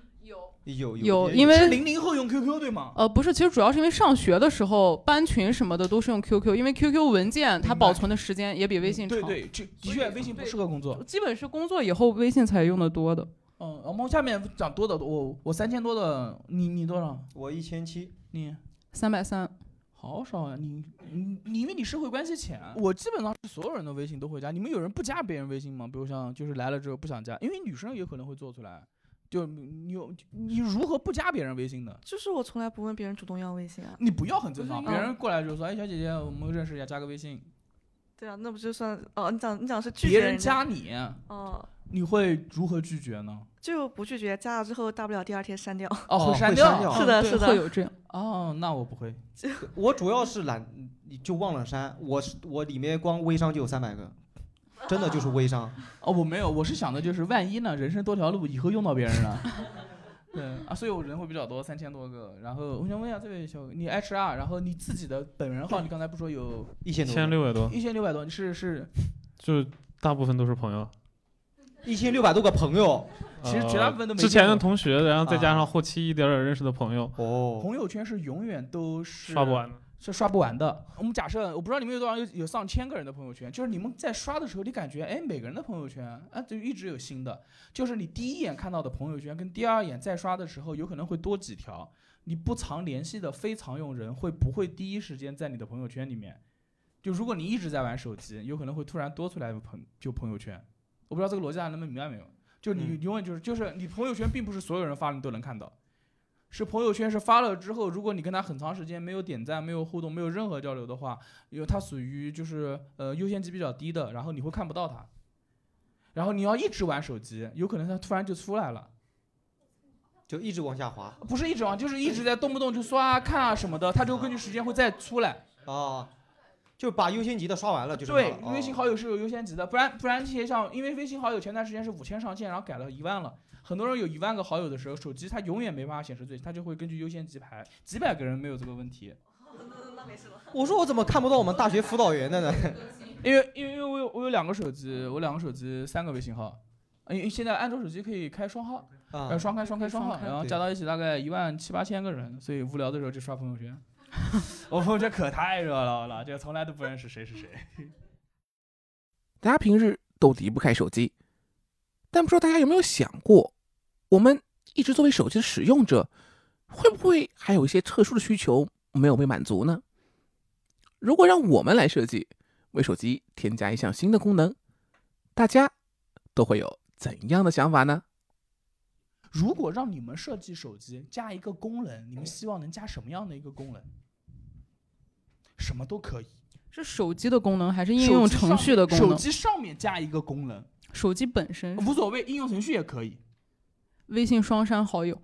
有
有因为
是零零后用 QQ 对吗？
呃，不是，其实主要是因为上学的时候班群什么的都是用 QQ，因为 QQ 文件它保存的时间也比微信长。
对对，这的确微信不适合工作。
基本是工作以后微信才用的多的。
嗯，我们下面讲多的，我我三千多的，你你多少？
我一千七，
你
三百三，
好少呀、你你啊你因为你社会关系浅，我基本上是所有人的微信都会加。你们有人不加别人微信吗？比如像就是来了之后不想加，因为女生也可能会做出来。就你你有你如何不加别人微信的？
就是我从来不问别人主动要微信啊。
你不要很正常，
不
别
是
人过来就说：“哎，小姐姐，我们认识一下，加个微信。
对啊，那不就算哦？你讲你讲是”拒
别
绝
人
家
加你，啊
哦，
你会如何拒绝呢？
就不拒绝，加了之后大不了第二天删掉。
哦，删
是的，
对
是的，
样。
哦，那我不会。
我主要是懒，你就忘了删。我是我里面光微商就有三百个，真的就是微商。
哦，我没有，我是想的就是万一呢，人生多条路，以后用到别人了。对啊，所以我人会比较多，三千多个。然后我想问一下这位小哥，你 HR，然后你自己的本人号，你刚才不说有
1600多
一千六百多，你是是，
就是大部分都是朋友。
一千六百多个朋友，
其实绝大部分都没见过啊
呃之前的同学，然后再加上后期一点点认识的朋友。
哦，
朋友圈是永远都是
刷不完的，
是刷不完的。我们假设，我不知道你们有多少有有上千个人的朋友圈，就是你们在刷的时候，你感觉哎，每个人的朋友圈啊，就一直有新的，就是你第一眼看到的朋友圈跟第二眼再刷的时候，有可能会多几条。你不常联系的非常用人会不会第一时间在你的朋友圈里面？就如果你一直在玩手机，有可能会突然多出来一个朋就朋友圈。我不知道这个逻辑大家能不能明白没有？就
嗯
你永远就是就是你朋友圈并不是所有人发你都能看到，是朋友圈是发了之后，如果你跟他很长时间没有点赞、没有互动、没有任何交流的话，因为他属于就是呃优先级比较低的，然后你会看不到他，然后你要一直玩手机，有可能他突然就出来了。
就一直往下滑。
不是一直玩，就是一直在动不动就刷啊、看啊什么的，他就根据时间会再出来。
哦，就把优先级的刷完了，就是
对，
哦
微信好友是有优先级的，不然不然这些像，因为微信好友前段时间是五千上限，然后改到一万了。很多人有一万个好友的时候，手机它永远没办法显示最，它就会根据优先级排。几百个人没有这个问题，
我说我怎么看不到我们大学辅导员的呢？
因为因为因为我有我有两个手机，我两个手机三个微信号，因为现在安卓手机可以开双号，
啊
呃双开双开双号
双，开
然后
对
加到一起大概一万七八千个人，所以无聊的时候就刷朋友圈。我朋友圈可太热闹了，这从来都不认识谁是谁。
大家平日都离不开手机，但不知道大家有没有想过，我们一直作为手机的使用者，会不会还有一些特殊的需求没有被满足呢？如果让我们来设计，为手机添加一项新的功能，大家都会有怎样的想法呢？
如果让你们设计手机加一个功能，你们希望能加什么样的一个功能？什么都可以。
是手机的功能还是应用程序的功能？
手机上面加一个功能，
手机本身
无所谓，应用程序也可以。
微信双删好友，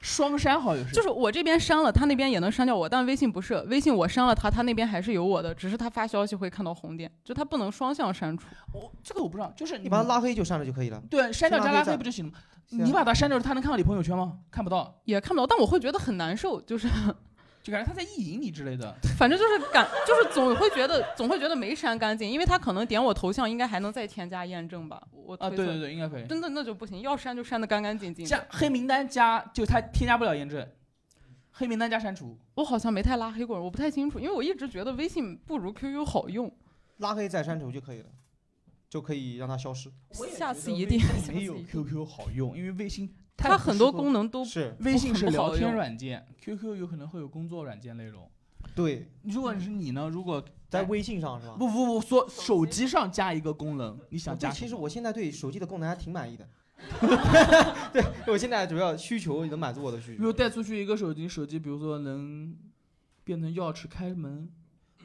双删好友是
就是我这边删了，他那边也能删掉我，但微信不是，微信我删了他，他那边还是有我的，只是他发消息会看到红点，就他不能双向删除。
我这个我不知道，就是
你把他拉黑就删了就可以了。
对删掉
先
加拉
黑
黑
再
不就行了吗？
是啊
你把它删掉，他能看到你朋友圈吗？看不到。
也看不到，但我会觉得很难受，就是
就感觉他在意淫你之类的。
反正就是感，就是总会觉得总会觉得没删干净，因为他可能点我头像，应该还能再添加验证吧。我
啊，
推
对
测
对对，应该可以。
真的那就不行，要删就删的干干净净。
像黑名单加，就他添加不了验证，黑名单加删除。
我好像没太拉黑过人，我不太清楚，因为我一直觉得微信不如 QQ 好用。
拉黑再删除就可以了，就可以让它消失。
下次一定，下次
没
一
有
定
QQ 好用，因为微信太
它
不
很
适
多
合
功能都
是
微信是
不好
聊天
用
软件，QQ 有可能会有工作软件内容。
对，嗯
如果是你呢？如果
在微信上是吧？
不不不，说手机上加一个功能，你想
我
加
对，
什
其
么？
实我现在对手机的功能还挺满意 的。对我现在主要需求能满足我的需
比
求。
如带出去一个手机，手机比如说能变成钥匙开门，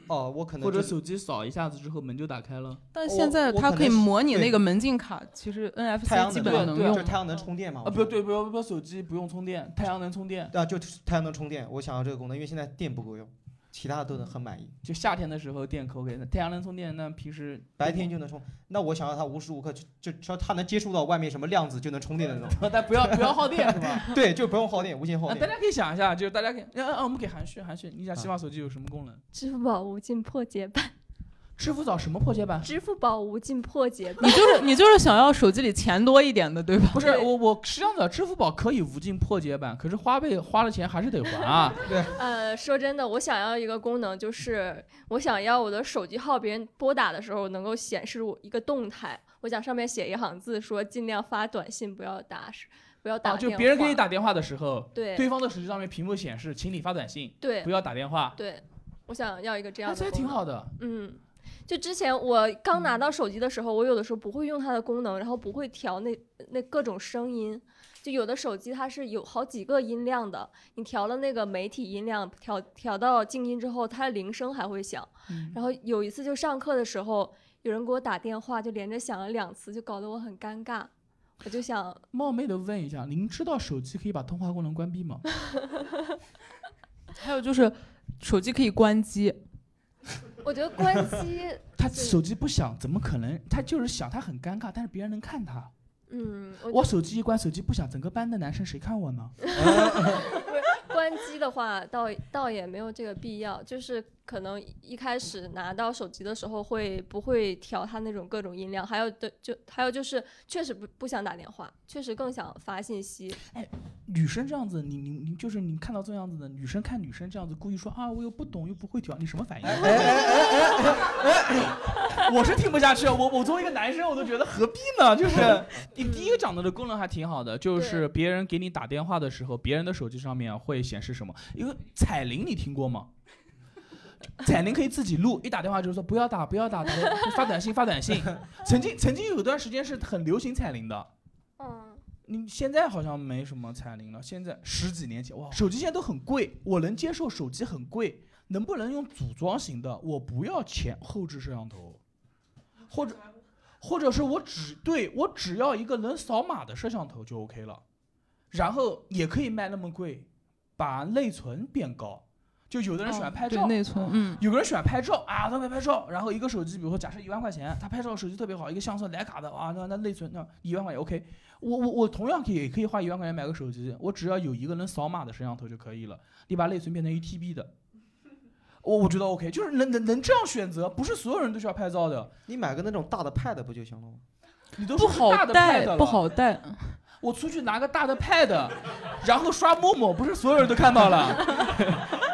哦，我可能
或者
真的
手机扫一下子之后门就打开了。
但现在
哦
它可以模拟那个门禁卡，其实
太
NFC
阳
基
能
本
嘛
能
对啊
用
就是。太阳能充电嘛。
啊，不对，不要不要，手机不用充电，太阳能充电。
啊，就太阳能充电，我想要这个功能，因为现在电不够用，其他的都能很满意。
就夏天的时候电可给，太阳能充电，那平时
白天就能充，那我想要它无时无刻就就只要它能接触到外面什么量子就能充电的那种。
但不要不要耗电是吧？
对，就不用耗电，无限耗
啊，大
电。
家可以想一下，就是大家可以，啊啊，我们给韩旭，韩旭，你想希望手机有什么功能？
支付宝无尽破解版，
支付宝什么破解版？
支付宝无尽破解版，
你 就是你就是想要手机里钱多一点的，对吧？
不是我，我是这样的，支付宝可以无尽破解版，可是花呗花了钱还是得还 啊。
对，
呃，说真的，我想要一个功能，就是我想要我的手机号别人拨打的时候能够显示我一个动态，我想上面写一行字，说尽量发短信，不要打，不要打、
啊，就别人给你打。电话的时候，
对
对方的手机上面屏幕显示，请你发短信，
对
不要打电话，
对，我想要一个这样
哎，
的功
这
能。
也挺好的。
嗯，就之前我刚拿到手机的时候，我有的时候不会用它的功能，然后不会调那那各种声音。就有的手机它是有好几个音量的，你调了那个媒体音量，调调到静音之后，它的铃声还会响。
嗯
然后有一次就上课的时候，有人给我打电话，就连着响了两次，就搞得我很尴尬。我就想，
冒昧的问一下，您知道手机可以把通话功能关闭吗？
还有就是手机可以关机，
我觉得 呃关机，
他手机不响，怎么可能？他就是响，他很尴尬，但是别人能看他。
嗯，
我手机一关，手机不响，整个班的男生谁看我呢？
关机的话，倒倒也没有这个必要，就是可能一开始拿到手机的时候会不会调它那种各种音量，还有对就还有就是确实不不想打电话，确实更想发信息。
哎，女生这样子，你你你就是你看到这样子的女生看女生这样子，故意说啊我又不懂又不会调，你什么反应？我是听不下去，啊我我作为一个男生，我都觉得何必呢？就是你第一个讲到的功能还挺好的，就是别人给你打电话的时候，别人的手机上面会显示什么？因为彩铃你听过吗？彩铃可以自己录，一打电话就是说不要打，不要打，打电发短信，发短信。 曾经曾经有段时间是很流行彩铃的，
嗯，
你现在好像没什么彩铃了。现在十几年前，哇，手机现在都很贵，我能接受手机很贵，能不能用组装型的？我不要前后置摄像头，或者或者是我只对我只要一个能扫码的摄像头就 OK 了，然后也可以卖那么贵，把内存变高。就有的人喜欢
哦
拍
对
照，
内存嗯
有个人喜欢拍照啊，他会拍照，然后一个手机，比如说假设一万块钱，他拍照手机特别好，一个像素徕卡的啊，那那内存那一万块钱 OK，我我我同样可以也可以花一万块钱买个手机，我只要有一个能扫码的摄像头就可以了，你把内存变成一 TB 的，我我觉得 OK，就是能能能这样选择，不是所有人都需要拍照的，
你买个那种大的 Pad 不就行了吗？
你都
不
说是
好
大的
带
pad 了
不好带。
我出去拿个大的 pad，然后刷陌陌，不是所有人都看到了。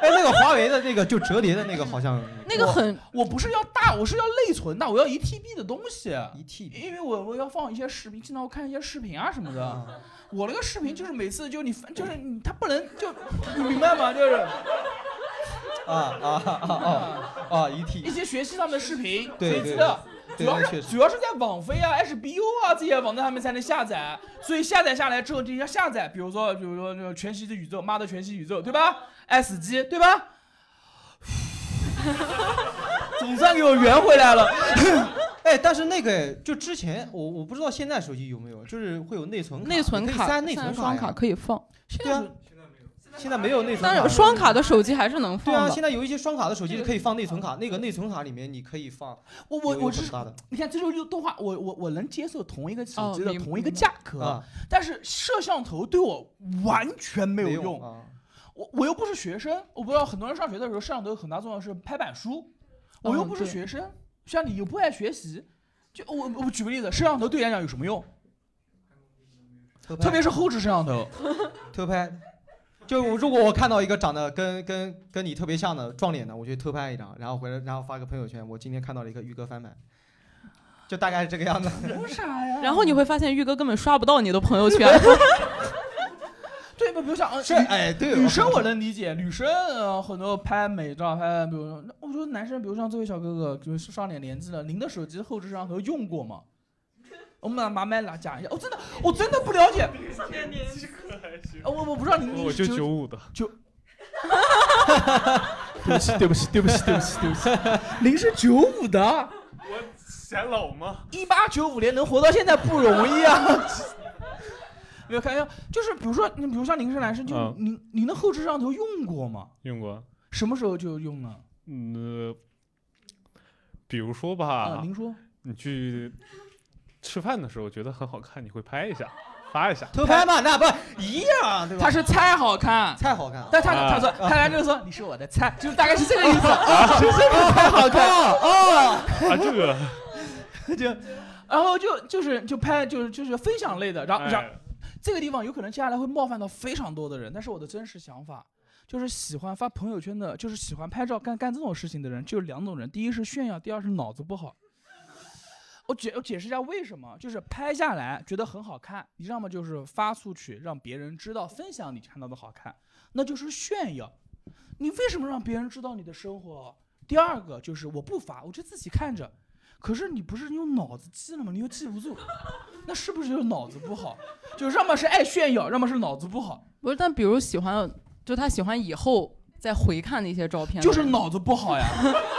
哎，那个华为的那个就折叠的那个好像
那个很，我不是要大，我是要内存的，我要一 TB 的东西。一
TB，
因为我我要放一些视频，经常我看一些视频啊什么的。我那个视频就是每次就你翻就是你，它不能就 你明白吗？就是
啊啊啊啊啊一 T
一些学习上面的视频，
对
随
对
机的。主
对
要
确
是
实
主要是在网飞啊、HBO 啊这些网站上面才能下载，啊所以下载下来之后，你要下载，比如说比如说那个《全息的宇宙》，妈的《全息宇宙》，对吧？爱死机，对吧？ 总算给我圆回来了。
哎，但是那个就之前我我不知道现在手机有没有，就是会有内存卡，
内存
你可以
卡
塞内存
现在双
卡
卡
呀。
可以放，
对啊，现在没有内存
啊
但
卡了。
是双卡的手机还是能放
对
的。
啊，现在有一些双卡的手机是可以放内存卡，那个内存卡里面你可以放。
我我我是
大的。
你看，这就是动画，我我我能接受同一个手机
哦
的
明
同一个价格，
啊
但是摄像头对我完全没有
没
用。
用啊
我我又不是学生，我不知道很多人上学的时候上都有很大作用是拍板书，我又
嗯
不是
对
学生，像你又不爱学习，就我我举个例子，摄像头对演讲有什么用？特别是后置摄像头，
偷拍。就我如果我看到一个长得跟跟跟你特别像的撞脸的，我去偷拍一张，然后回来然后发个朋友圈，我今天看到了一个玉哥翻版，就大概是这个样子。
啥呀
然后你会发现玉哥根本刷不到你的朋友圈。
对吧？比如像呃
是
女
哎对
女
我
生我能理解，女生呃很多拍美照拍，比如说，那我觉得男生，比如像这位小哥哥，就是上点年纪了，您的手机后置摄像头用过吗？我们拿拿麦来讲一下，哦我真的我真的不了解，呃我我不知道您
我就九五的，
就
对不起，对不起，对不起，对不起，对不起。
您是九五的，
我显老吗？
一八九五年能活到现在不容易啊。 没有开玩笑，就是比如说，你比如像您是男生，就
嗯
您您的后置摄像头用过吗？
用过。
什么时候就用呢？
嗯，比如说吧，
啊您说，
你去吃饭的时候觉得很好看，你会拍一下，发一下，
偷拍嘛，那不一样对吧？
他是菜好看，
菜好看，
但他
啊
他说他来这个说你是我的菜，就是大概是这个意思，
啊
是这个才好看
哦。
啊，这个
就，然后就就是就拍就是就是分享类的，然后然后这个地方有可能接下来会冒犯到非常多的人，但是我的真实想法。就是喜欢发朋友圈的，就是喜欢拍照干干这种事情的人，就两种人：第一是炫耀，第二是脑子不好。我解我解释一下为什么，就是拍下来觉得很好看，你要么就是发出去让别人知道，分享你看到的好看，那就是炫耀。你为什么让别人知道你的生活？第二个就是我不发，我就自己看着。可是你不是用脑子记了吗？你又记不住， 那是不是就是脑子不好？就要 么是爱炫耀，要么是脑子不好，
不是，但比如喜欢，就他喜欢以后再回看那些照片，
就是脑子不好呀，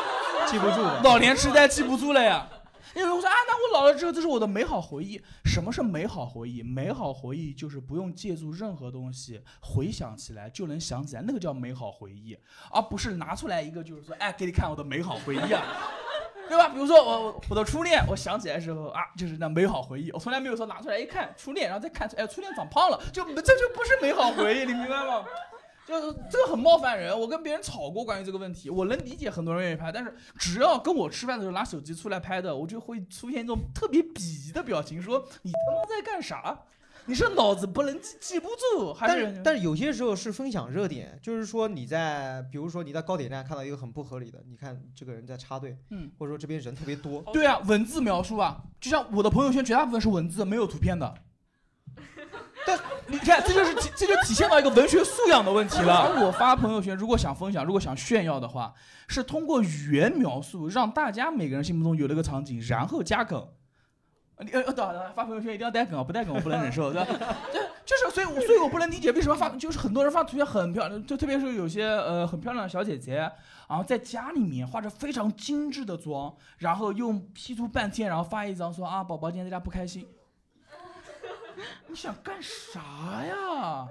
记不住
老年痴呆记不住了呀。因为我说啊，那我老了之后，这是我的美好回忆。什么是美好回忆？美好回忆就是不用借助任何东西，回想起来就能想起来，那个叫美好回忆，而不是拿出来一个就是说，哎，给你看我的美好回忆啊， 对吧？比如说我我我的初恋，我想起来的时候啊，就是那美好回忆。我从来没有说拿出来一看初恋，然后再看出，哎，初恋长胖了，就这就不是美好回忆，你明白吗？就是这个很冒犯人，我跟别人吵过关于这个问题，我能理解很多人愿意拍，但是只要跟我吃饭的时候拿手机出来拍的，我就会出现一种特别鄙夷的表情，说你他妈在干啥？你是脑子不能记记不住，还
但
是
是但是有些时候是分享热点，就是说你在比如说你在高铁站看到一个很不合理的，你看这个人在插队，
嗯，
或者说这边人特别多，
对啊，文字描述啊，就像我的朋友圈绝大部分是文字，没有图片的。但你看，这就是体这就体现到一个文学素养的问题了。而我发朋友圈，如果想分享，如果想炫耀的话，是通过语言描述，让大家每个人心目中有了一个场景，然后加梗。你呃，等会儿等会儿发朋友圈一定要带梗啊，不带梗我不能忍受，对吧？ 对，就是所以我，所以我不能理解为什么发，就是很多人发图片很漂亮，就特别是有些呃很漂亮的小姐姐，然后在家里面化着非常精致的妆，然后用 P 图半天，然后发一张说啊，宝宝今天在家不开心， 你想干啥呀？啊，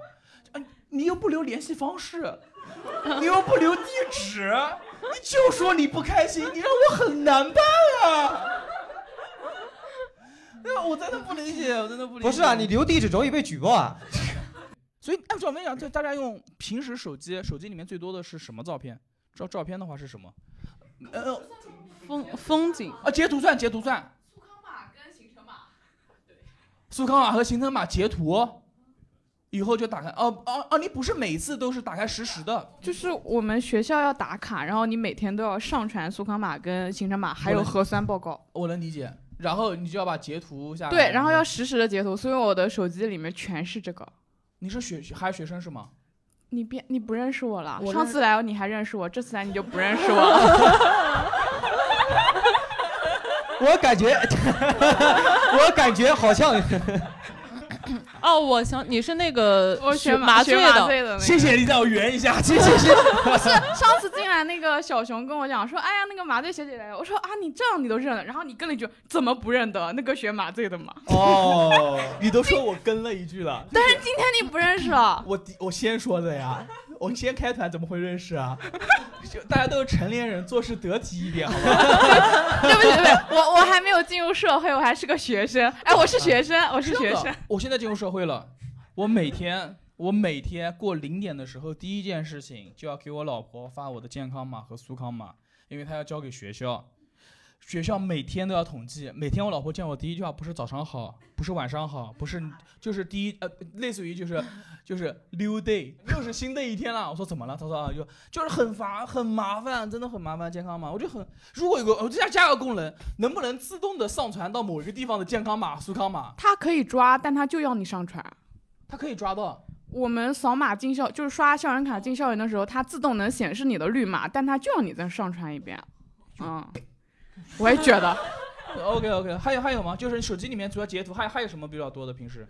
你又不留联系方式， 你又不留地址，你就说你不开心，你让我很难办 啊！那哎我真的不理 解，我真的不理解。
不是啊，你留地址容易被举报啊。
所以，哎按照我们讲，就大家用平时手机，手机里面最多的是什么照片？照照片的话是什么？呃，
风风景
啊，截图算截图算。苏康码和行程码截图，以后就打开。哦哦哦，你不是每次都是打开实时的，
就是我们学校要打卡，然后你每天都要上传苏康码跟行程码，还有核酸报告。
我能理解。然后你就要把截图下来。
对，然后要实时的截图，所以我的手机里面全是这个。
你是学还是学生是吗？
你别你不认识我了，
我认识
上次来你还认识我，这次来你就不认识我了。
我感觉， 我感觉好像，
哦，我想你是那个
我学
学
麻
醉
学麻醉的那个谢谢
你让我圆一下，
谢谢谢不是，上次进来那个小熊跟我讲说，哎呀，那个麻醉学姐来了。我说啊，你这样你都认了，然后你跟了一句怎么不认得？那个学麻醉的嘛。
哦， 你都说我跟了一句了。
但是今天你不认识了。
我第我先说的呀，我先开团怎么会认识啊？ 就大家都是成年人，做事得体一点，好吧？
对不起，对不起，我我还没有进入社会，我哎还是个学生。哎，我是学生，我是学生。
我现在进入社会了，我每天我每天过零点的时候，第一件事情就要给我老婆发我的健康码和苏康码，因为她要交给学校。学校每天都要统计，每天我老婆见我第一句话不是早上好，不是晚上好，不是就是第一呃，类似于就是就是溜 day，又是新的一天了。我说怎么了？她说啊，就就是很烦，很麻烦，真的很麻烦健康码。我就很，如果有个我就想加个功能，能不能自动的上传到某一个地方的健康码、苏康码？
他可以抓，但他就要你上传。
他可以抓到。
我们扫码进校，就是刷校园卡进校园的时候，它自动能显示你的绿码，但它就要你再上传一遍。嗯，我也 觉得。
OK OK，还有还有吗？就是手机里面主要截图，还有还有什么比较多的？平时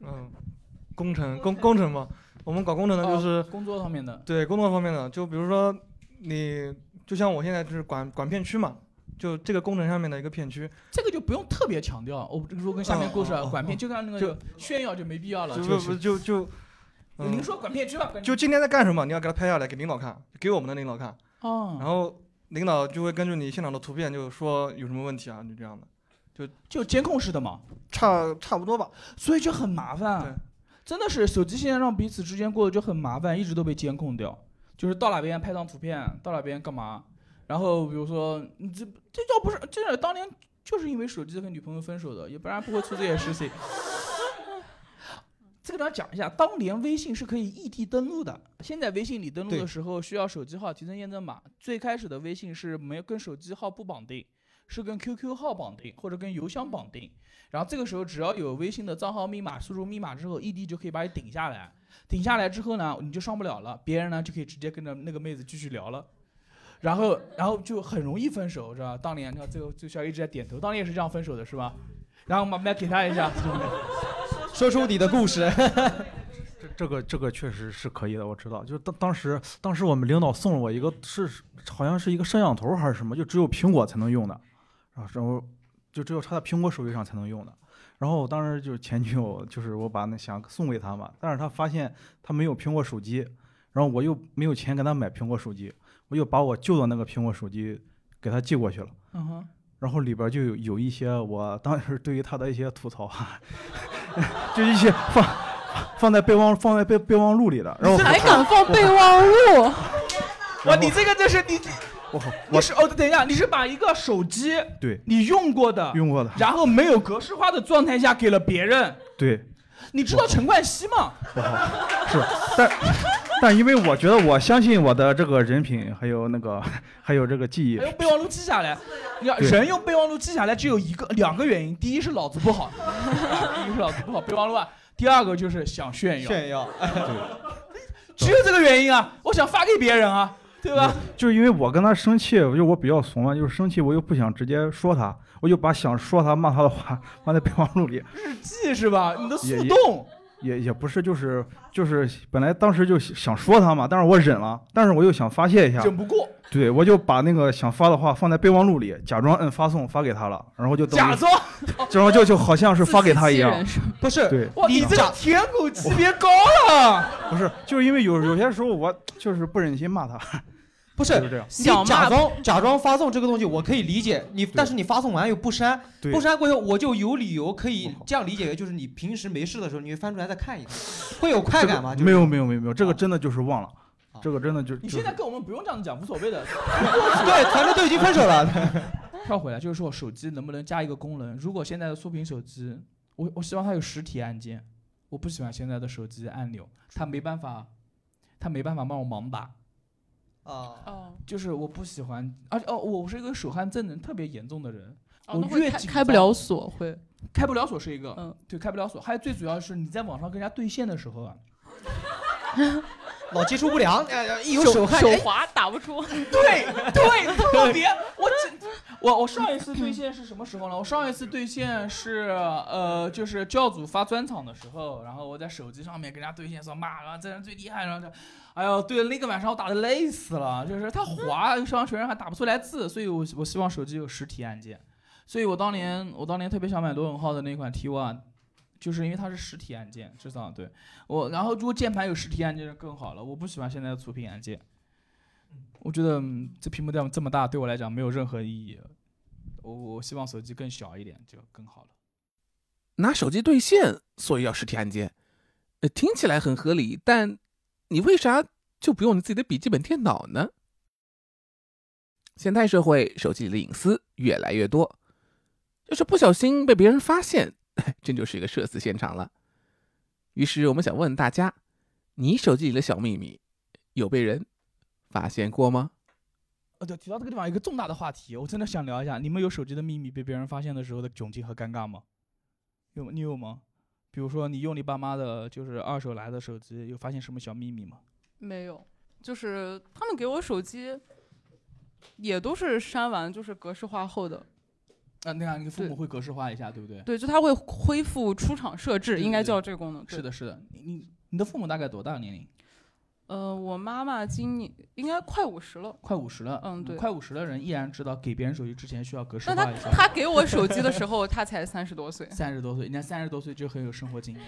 嗯， 工程工工程嘛，我们搞工程的就是、
哦工作方面的，
对工作方面的，就比如说你，就像我现在就是管管片区嘛，就这个工程上面的一个片区，
这个就不用特别强调。我如果跟下面故事啊管片，就跟那个
就
炫耀就没必要了。
哦就
就
不
是
就就，嗯
您说管片区吧，管
就今天在干什么，你要给他拍下来给领导看，给我们的领导看，
哦，
然后领导就会根据你现场的图片就说有什么问题啊，就这样的，就
就监控式的嘛，
差差不多吧，
所以就很麻烦。真的是手机现在让彼此之间过得就很麻烦，一直都被监控掉。就是到哪边拍张图片，到哪边干嘛。然后比如说，你这这要不是这当年就是因为手机和女朋友分手的，也不然不会出这些事情。这个大家讲一下，当年微信是可以异地登录的。现在微信你登录的时候需要手机号、提升验证码。最开始的微信是没有跟手机号不绑定，是跟 QQ 号绑定或者跟邮箱绑定。然后这个时候只要有微信的账号、密码，输入密码之后，异地就可以把你顶下来。顶下来之后呢，你就上不了了，别人呢就可以直接跟着那个妹子继续聊了。然后，然后就很容易分手，是吧？当年，你看，最后最小一直在点头，当年也是这样分手的，是吧？然后我们麦给他一下，
说出你的故事。 这这个这个确实是可以的，我知道。就是当当时当时我们领导送了我一个是好像是一个摄像头还是什么，就只有苹果才能用的，然后然后就只有插在苹果手机上才能用的。然后我当时就是前女友，就是我把那想送给她嘛，但是她发现她没有苹果手机，然后我又没有钱给她买苹果手机，我又把我旧的那个苹果手机给她寄过去了。
嗯哼，
然后里边就有有一些我当时对于他的一些吐槽，啊就一些放放在备忘放在备备忘录里的，然后我
还敢放备忘 录？
哇，你这个就是你，
我
你是哦，等一下，你是把一个手机
对
你用过的，
用过的，
然后没有格式化的状态下给了别人，
对，
你知道陈冠希吗？
是，但但因为我觉得我相信我的这个人品，还有那个还有这个记忆
还，用备忘录记下来，你看
对
人用备忘录记下来只有一个两个原因，第一是脑子不 好，第一是脑子不好，备忘录啊。第二个就是想炫耀，
炫 耀，
只有这个原因啊！我想发给别人啊，对吧？
就是因为我跟他生气，我就我比较怂嘛，就是生气我又不想直接说他，我就把想说他骂他的话 放在备忘录里，
日记是吧？你的速
也
冻，
也也不是，就是就是本来当时就想说他嘛，但是我忍了，但是我又想发泄一下，
忍不过，
对我就把那个想发的话放在备忘录里，假装摁发送发给他了，然后就等于
假装，
假装就就好像是发给他一样，
不是
对，
哇，你这个舔狗级别高了，
不是，就是因为有有些时候我就是不忍心骂他，
不
是这样，
你假装假装发送这个东西，我可以理解你，但是你发送完又不删，
对
不删过后，我就有理由可以这样理解为，就是你平时没事的时候，你会翻出来再看一看，会有快感吗？
没有没有没有没有，这个真的就是忘了，这个真的就
啊你
就
现在跟我们不用这样讲，无所谓的。
对团队都已经分 手了。
跳回来就是说，手机能不能加一个功能？如果现在的触屏手机，我我希望它有实体按键，我不喜欢现在的手机按钮，它没办法，它没办法帮我盲打。
啊
哦，就是我不喜欢，而且哦，我是一个手汗症能特别严重的人，
哦
我
那会
越
开
紧
开不
张
了锁会。
开不了锁是一个，嗯，对，开不了锁，还有最主要是你在网上跟人家对线的时候啊，
老接触不良，呃一有
手
汗，
手
哎
滑
打不出。
对对， 特别我这我我上一次对线是什么时候呢？我上一次对线是呃，就是教主发专场的时候，然后我在手机上面跟人家对线说妈，然后这人最厉害，然后这，哎呦，对了，那个晚上我打的累死了，就是他滑，上学生还打不出来字，所以我我希望手机有实体按键，所以我当年我当年特别想买罗永浩的那款 T One。就是因为它是实体按键，至少对我，然后如果键盘有实体按键就更好了。我不喜欢现在的触屏按键，我觉得、嗯这屏幕这样这么大，对我来讲没有任何意义。我我希望手机更小一点就更好了。
拿手机对线，所以要实体按键。呃，听起来很合理，但你为啥就不用你自己的笔记本电脑呢？现代社会，手机里的隐私越来越多，要是不小心被别人发现， 真就是一个社死现场了。于是我们想问大家，你手机里的小秘密有被人发现过吗？
呃，对，提到这个地方有一个重大的话题，我真的想聊一下，你们有手机的秘密被别人发现的时候的窘境和尴尬吗？有吗你有吗？比如说你用你爸妈的，就是二手来的手机，有发现什么小秘密吗？
没有，就是他们给我手机也都是删完，就是格式化后的。
啊，那样你父母会格式化一下，对不对？
对，就它会恢复出厂设置，应该叫这个功能。对
是的，是的。你你你的父母大概多大年龄？
呃，我妈妈今年应该快五十了，
快五十了，
嗯对
快五十的人依然知道给别人手机之前需要格式
但
化
她
一下。
她给我手机的时候，她才三十多岁。
三十多岁，人家三十多岁就很有生活经验。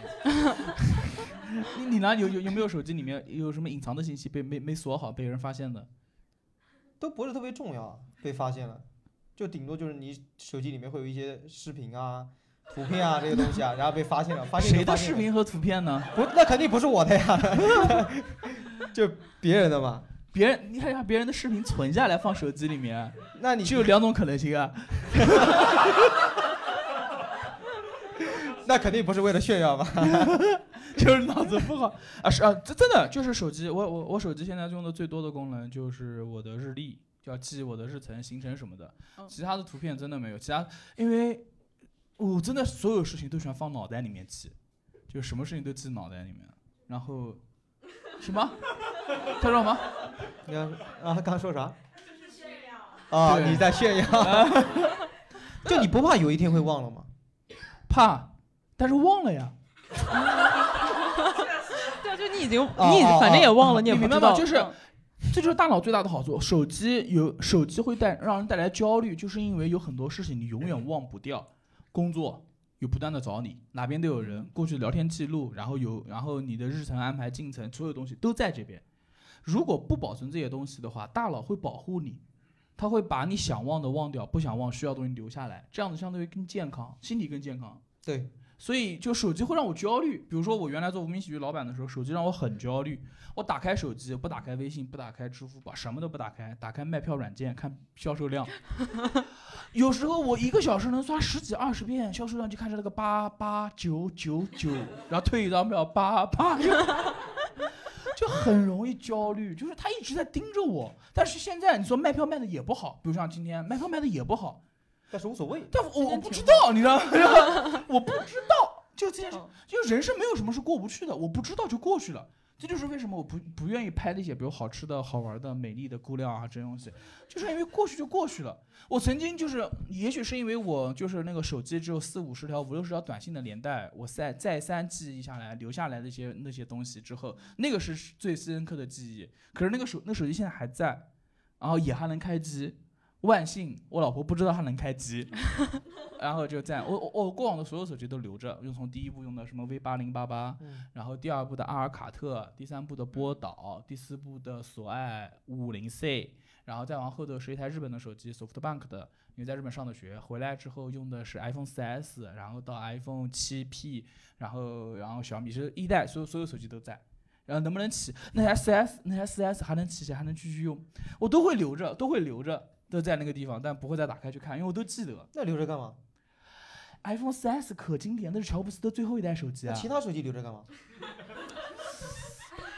你你呢？有有有没有手机里面有什么隐藏的信息被没没锁好被人发现的？
都不是特别重要，被发现了，就顶多就是你手机里面会有一些视频啊、图片啊这些东西啊，然后被发现了，发现
谁
就
的
发现
视
了
频和图片呢？
不，那肯定不是我的呀， 就别人的嘛。
别人，你看一下别人的视频存下来放手机里面，
那你
只有两种可能性啊。
那肯定不是为了炫耀吧？
就是脑子不好啊，是啊，真真的就是手机，我我我手机现在用的最多的功能就是我的日历，就要记我的日程、行程什么的，其他的图片真的没有，其他因为我真的所有事情都喜欢放脑袋里面记，就什么事情都记脑袋里面，然后什 么？他说什么？
你要啊，刚刚说啥？啊，
对
你在炫耀？ 就你不怕有一天会忘了吗？
怕，但是忘了呀。
对，就你已经，
啊
你
啊
反正也
啊
忘了，你也不
明
知
白
道，嗯
吗？就是，这就是大脑最大的好处。手机有手机会带让人带来焦虑，就是因为有很多事情你永远忘不掉。工作有不断的找你，哪边都有人，过去聊天记录，然后有然后你的日程安排、进程，所有东西都在这边。如果不保存这些东西的话，大脑会保护你，它会把你想忘的忘掉，不想忘需要的东西留下来，这样子相对于更健康，心理更健康。
对，
所以就手机会让我焦虑。比如说我原来做无名喜剧老板的时候，手机让我很焦虑。我打开手机，不打开微信，不打开支付宝，什么都不打开，打开卖票软件看销售量。有时候我一个小时能刷十几二十遍，销售量就看着那个八八九九九，然后退一张票八八九， 就很容易焦虑。就是他一直在盯着我，但是现在你说卖票卖的也不好，比如像今天卖票卖的也不好，
但是无所谓。
但我我不知道，你知道吗？ 我不知道，就这件事，就人生没有什么是过不去的，我不知道就过去了。这就是为什么我不不愿意拍那些比如好吃的、好玩的、美丽的姑娘啊这些东西，就是因为过去就过去了。我曾经就是，也许是因为我就是那个手机只有四五十条、五六十条短信的年代，我再再三记忆下来、留下来那些那些东西之后，那个是最深刻的记忆。可是那个手那手机现在还在，然后也还能开机，万幸我老婆不知道它能开机，然后就在我我我过往的所有手机都留着，用从第一部用的什么 V 八零八八，然后第二部的阿尔卡特，第三部的波导，第四部的索爱五零 C，然后再往后的是一台日本的手机，SoftBank 的，因为在日本上的学，回来之后用的是 iPhone 4S，然后到 iPhone 七 P，然后然后小米是一代，所有所有手机都在。然后能不能起那台 4S 那台 4S 还能起起来还能继续用，我都会留着，都会留着，都在那个地方，但不会再打开去看，因为我都记得。
那留着干嘛
？iPhone 4S 可经典，那是乔布斯的最后一代手机啊。
其他手机留着干嘛？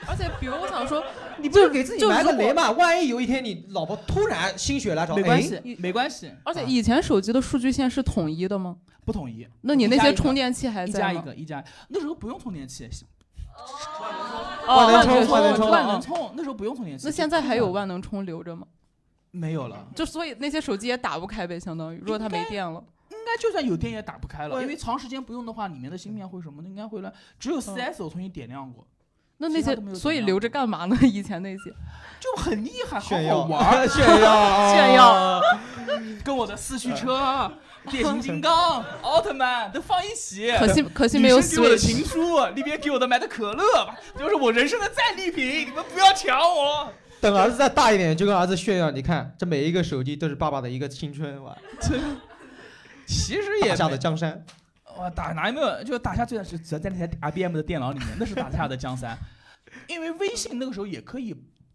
而且，比如我想说，
你不是给自己
就
埋个
如果
雷嘛？万一有一天你老婆突然心血来潮，
没关系
哎
没关系。
而且以前手机的数据线是统一的吗？
不统一。
那你那
一加一
些
个
充电器还
一
在
加
吗？
一个，一加那时候不用充电器。
哦万能充
万能充，啊万
万能
能
充
充，那时候不用充电器。
那现在还有万能充留着吗？
没有了？
就所以那些手机也打不开呗，相当于，如果它没电了，
应该嗯就算有电也打不开了，因为长时间不用的话，里面的芯片会什么的应该会乱。只有 4S 我重新点亮过，
那那
其他
些
都没有
所以
怎么样
留着干嘛呢？ 以前那些
就很厉害，好
炫
好
耀
玩儿，啊
炫耀哦炫耀，
跟我的四驱
哎
车、变形金刚、奥特曼都放一起。
可惜可惜没有
女生给我的
Switch
情书，里面给我的买的可乐，就是我人生的战利品，你们不要抢我。
等儿子再大一点，就跟儿子炫耀，你看这每一个手机都是爸爸的一个青春哇！
其实也
打下的
没
江山，
我打哪有没有？就打下最是只在那台 IBM 的电脑里面，那是打下的江山。因为微信那个时候也可以，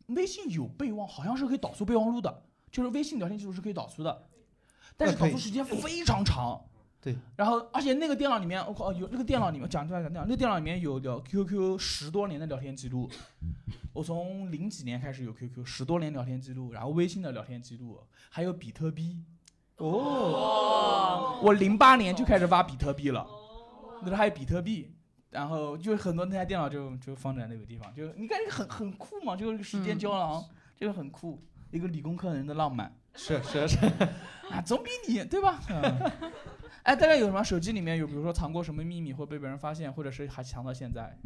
微信有备忘，好像是可以导出备忘录的，就是微信聊天记录是可以导出的，但是
那可
导
以
出时间非常长。
对，
然后而且那个电脑里面，我、靠，有那个电脑里面讲出来讲那个电脑里面有聊 QQ 十多年的聊天记录，我从零几年开始有 QQ 十多年聊天记录，然后微信的聊天记录，还有比特币。哦，我零八年就开始挖比特币了，那时候还有比特币，然后就很多那台电脑就就放在那个地方，就你感觉很
嗯
很酷嘛，就是 时间胶囊，这个很酷，一个理工科人的浪漫。
是是是，
啊，总比你对吧？嗯哎，大家有什么手机里面有，比如说藏过什么秘密，会被别人发现，或者是还藏到现在？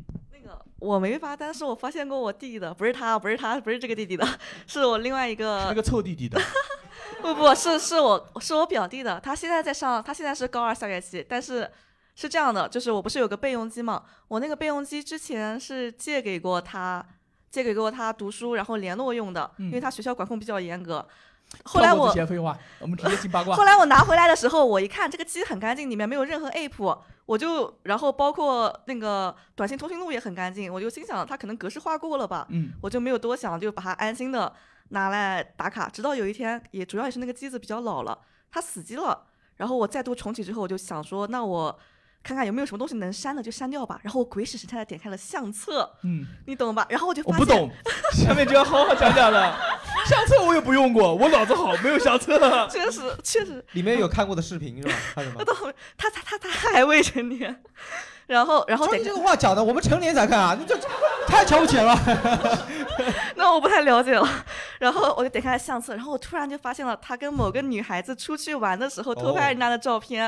我没发，但是我发现过我弟弟的，不是他，不是他，不是这个弟弟的， 是我另外一个
那个臭弟弟的，
不不，是是我是我表弟的，他现在在上，他现在是高二下学期，但是是这样的，就是我不是有个备用机嘛，我那个备用机之前是借给过他，借给过他读书然后联络用的，因为他学校管控比较严格。后来
嗯跳过
我
这些废话，我们直接进八卦。
后来我拿回来的时候，我一看这个机很干净，里面没有任何 app，我就然后包括那个短信通讯录也很干净，我就心想它可能格式化过了吧，
嗯
我就没有多想，就把它安心的拿来打卡。直到有一天，也主要也是那个机子比较老了，它死机了，然后我再度重启之后，我就想说，那我看看有没有什么东西能删的就删掉吧。然后我鬼使神差的点开了相册，
嗯，
你懂吧？然后我就
我
发现
啊不懂，下面就要好好讲讲了。相册我也不用过，我脑子好，没有相册。
确实确实
里面有看过的视频是吧？看什么？
他他他他还未成年，然后然后
照你这个话讲的，我们成年才看啊，你这太瞧不起人了。
那我不太了解了。然后我就点开相册，然后我突然就发现了他跟某个女孩子出去玩的时候偷拍人家的照片，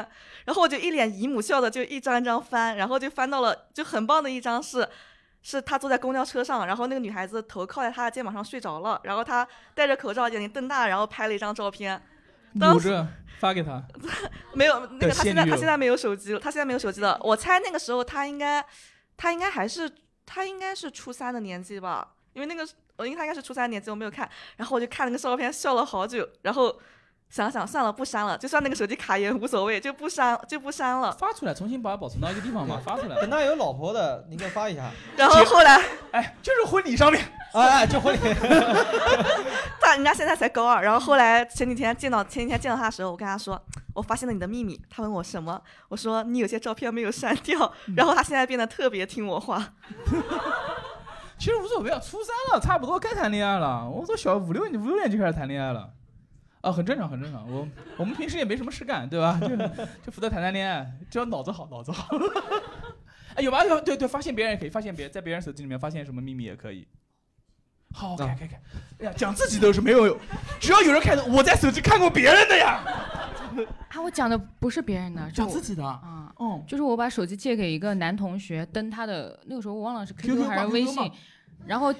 然后我就一脸姨母笑的就一张一张翻，然后就翻到了就很棒的一张是。是他坐在公交车上，然后那个女孩子头靠在他的肩膀上睡着了，然后他戴着口罩，眼睛瞪大，然后拍了一张照片。当
留
时
着发给他。
没有那
的
个他
现
现在
女
他
友
现在没有手机了，他现在没有手机了。我猜那个时候他应该他应该还是他应该是初三的年纪吧，因为那个我因为他应该是初三年纪，我没有看。然后我就看那个照片笑了好久，然后想想算了不删了，就算那个手机卡也无所谓，就不删就不删了。
发出来，重新把它保存到一个地方吧，发出来。
等他有老婆的，你给我发一下。
然后后来，
哎，就是婚礼上面，
哎，就婚礼。
他人家现在才高二，然后后来前几天见到前几天见到他的时候，我跟他说我发现了你的秘密，他问我什么，我说你有些照片没有删掉，
嗯
然后他现在变得特别听我话。
其实无所谓啊，初三了，差不多该谈恋爱了。我都小五六年、五六年就开始谈恋爱了，啊，很正常，很正常。我我们平时也没什么事干，对吧？就就负责谈谈恋爱，只要脑子好，脑子好。 哎，有吧？有对对，发现别人也可以，发现别在别人手机里面发现什么秘密也可以。好，改改改！哎呀，讲自己都是没有用，只要有人看到我在手机看过别人的呀，
啊，我讲的不是别人的，
讲
讲
自己的哦
啊，嗯，就是我把手机借给一个男同学，登他的那个时候我忘了是
QQ
QQ 还
嘛
是微
QQ 嘛
信，然后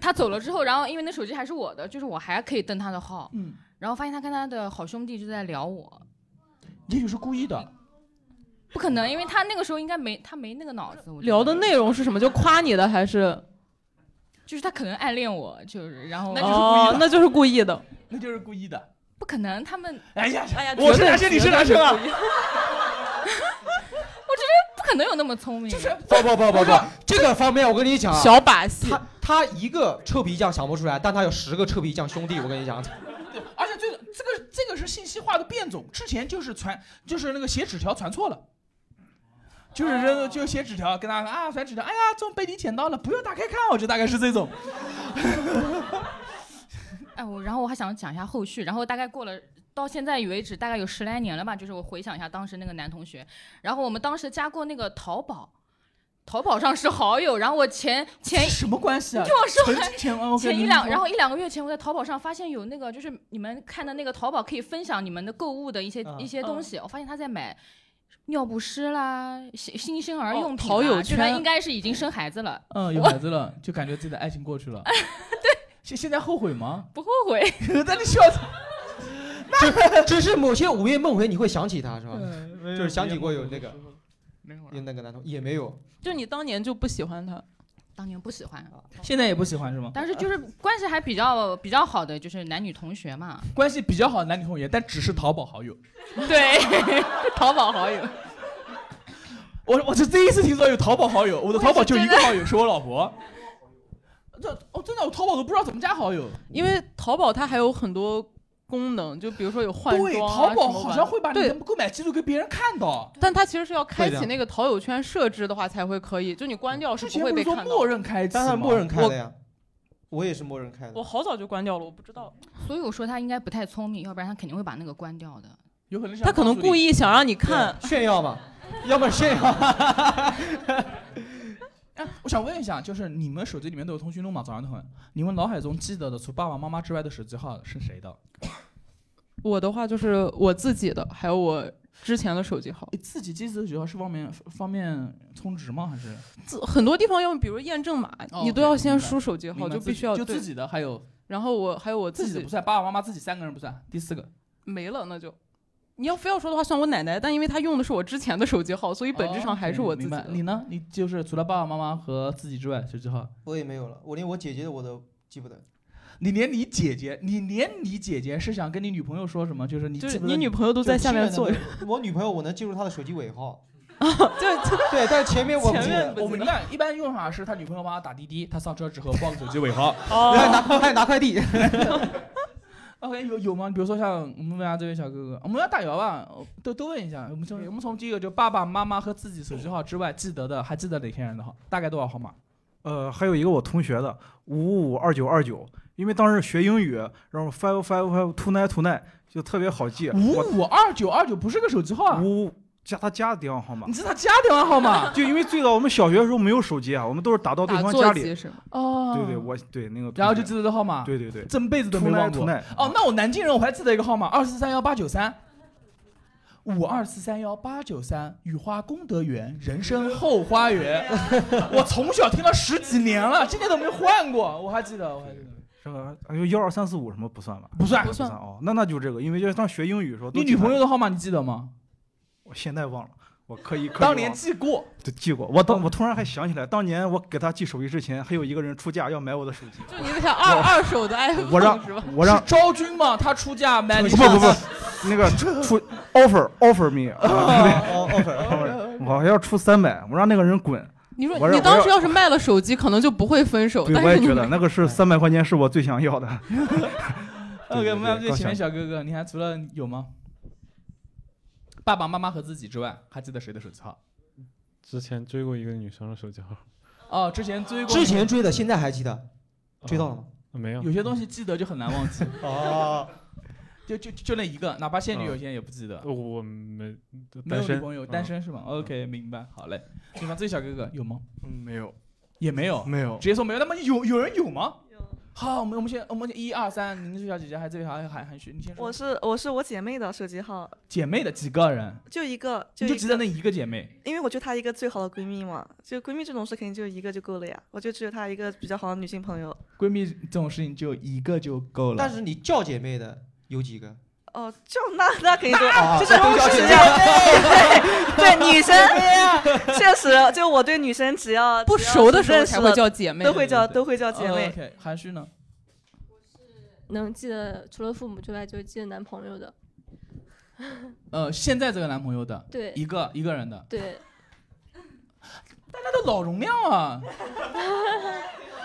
他走了之后，然后因为那手机还是我的，就是我还可以登他的号，
嗯，
然后发现他跟他的好兄弟就在聊我，嗯
也许是故意的。
不可能，因为他那个时候应该没他没那个脑子，我觉得
聊的内容是什么？就夸你的还是？
就是他可能暗恋我，就是然后
哦，那就是故意的。
那就是故意的。
不可能，他们
哎呀
哎呀，
我是
绝对
男生你是
绝对
男生啊
故意我 觉得不可能有那么聪明，就是
不不不不不，这个方面我跟你讲啊，
小把戏
他他一个臭皮匠想不出来，但他有十个臭皮匠兄弟，我跟 你讲。
对， 而且最这个这个是信息化的变种，之前就是传就是那个写纸条传错了。就是
哦
扔，就写纸条，跟大家说啊，传纸条，哎呀，这种被你捡到了，不要打开看，我觉得大概是这种。
哎，我然后我还想讲一下后续，然后大概过了到现在为止大概有十来年了吧，就是我回想一下当时那个男同学，然后我们当时加过那个淘宝，淘宝上是好友，然后我前前
什么关系啊
你听我说
纯金钱啊
完，
我跟
前一
你
两
说
然后一两个月前我在淘宝上发现有那个就是你们看的那个淘宝可以分享你们的购物的一些
嗯
一些东西，我发现他在买。尿不湿啦，新新生儿
哦
用品啦、
淘友
就他
圈
应该是已经生孩子了，
嗯，有孩子了，就感觉自己的爱情过去 了。对，现现在后悔吗？
不后悔。
但你笑
只只是某些午夜梦回你会想起他是吧？就是想起过有那个
啊
有那个男同也没有，
就你当年就不喜欢他，
当年不喜欢，
现在也不喜欢是吗？
但是就是关系还比较比较好的，就是男女同学嘛。
关系比较好的男女同学，但只是淘宝好友。
对，淘宝好友。
我我是第一次听说有淘宝好友，我的淘宝就一个好友，是我老婆。这哦，真的，我淘宝都不知道怎么加好友。
因为淘宝它还有很多功能，就比如说有 换装、啊、
对，淘
什
宝
么玩
好像会把你
对
的购买记录给别人看到。
但它其实是要开
会
启
的
那个好友圈设置的话才会可以，就你关掉是
之前
不会
不
被
是说
看到的。
默认开启
当然
吗
默认开
我
的呀，我也是默认开的。
我好早就关掉了，我不知道。
所以我说他应该不太聪明，要不然他肯定会把那个关掉的。
有可能
他可能故意想让你看
炫耀嘛，要么炫 耀。
哎，我想问一下，就是你们手机里面都有通讯录吗？早上的很，你们脑海中记得的除爸爸妈妈之外的手机号是谁的？
我的话就是我自己的，还有我之前的手机号。
你自己记得的手机号是方便方便充值吗？还是
自很多地方要，比如验证码，
哦
你都
OK，
要先
明白
输手机号，
明白
就
自
必
己
须要
就自
对
己的，还有
然后我还有我
自己的不算，爸爸妈妈自己三个人不算，第四个。
没了，那就你要非要说的话，算我奶奶，但因为她用的是我之前的手机号，所以本质上还是我自己
哦
的。
，OK，明白你呢？你就是除了爸爸妈妈和自己之外，手机号？
我也没有了，我连我姐姐的我都记不得。
你连你姐姐，你连你姐姐是想跟你女朋友说什么？就是你记不得
就基本上都。我女朋友我能记住她的手机尾 号。
对
对，但是前面我不记得。
我明白，一般用法是他女朋友帮他打滴滴，他上车之后报个手机尾号，
哦然后拿 快拿快递。
OK，有有吗？比如说像我们问下这位小哥哥，我们要打摇吧，呃都都问一下。我们从我们从第一个就爸爸妈妈和自己手机号之外记得的，还记得哪些人的号？大概多少号码？
呃，还有一个我同学的五五二九二九，因为当时学英语，然后 five five five two nine two nine 就特别好记。
五五二九二九不是个手机号啊，
五加他家的电话号码。
你是他家电话号码？
就因为最早我们小学的时候没有手机啊，我们都是打到对
打
方
座
家
机
里。
是吗哦
对对，我对那个同学。
然后就记得这号码，
对对对，
这辈子都没忘过
Tonight, tonight。
哦，那我南京人，我还记得一个号码，二四三幺八九三，五二四三幺八九三，雨花功德园，人生后花 园。我从小听了十几年了，今天都没换过，我还记得，我还记得。
这个啊就幺二三四五什么不算吧？
不算
不算哦，那那就这个，因为就当学英语的时候。
你女朋友的号码你记得吗？
我现在忘了，我可以。可以
当年
忘了
记过，
对记过，我当我突然还想起来，当年我给他寄手机之前，还有一个人出价要买我的手机。
就你想二二手的 iPhone
我让
是吧？
我让
是昭君嘛，她出价买
不
你
不
手
不
机，
不，那个出 offer offer me，我
哦
要出三百，我让那个人滚。
你说
我让
你当
我
时要是卖了手机，可能就不会分手。
对，
但
我
是
也
你
觉得那个是三百块钱是我最想要的。
OK，我们来
对
最
刚
前面
想
小哥哥，你还除了有吗？爸爸妈妈和自己之外，还记得谁的手机号？
之前追过一个女生的手机号，
哦，之前追过。
之前追的，现在还记得，追到了吗？
啊没有。
有些东西记得就很难忘 记。
哦，
就就就那一个，哪怕现女友
嗯
现在也不记得。
我没
没有
单身嗯啊
女朋友，单身是吗？OK，明白，好嘞。对方最小哥哥有吗？嗯，没有，也没有，
没有
直接说没有。那么有有人有吗？好，我们我们先我们先一二三，您最小姐姐还这位还还还是你先说。
我是我是我姐妹的手机号，
姐妹的几个人，
就一个，
你
一
就
个
记得那一个姐妹。
因为我就她一个最好的闺蜜嘛，就闺蜜这种事肯定就一个就够了呀，我就只有她一个比较好的女性朋友。
闺蜜这种事情就一个就够了。
但是你叫姐妹的有几个？
哦，就那那肯定多，
啊
就是
都叫
是
姐
这
妹
样对对，女 生确实，就我对女生只要
不
只要
熟的
是
时候
认
才
识
会
了
叫姐妹
都会叫
对对对哦
都会叫姐妹。
哦 OK，含蓄呢？
能记得除了父母之外，就是记得男朋友的。
呃，现在这个男朋友的，
对
一个一个人的，
对，
大家都老容量啊！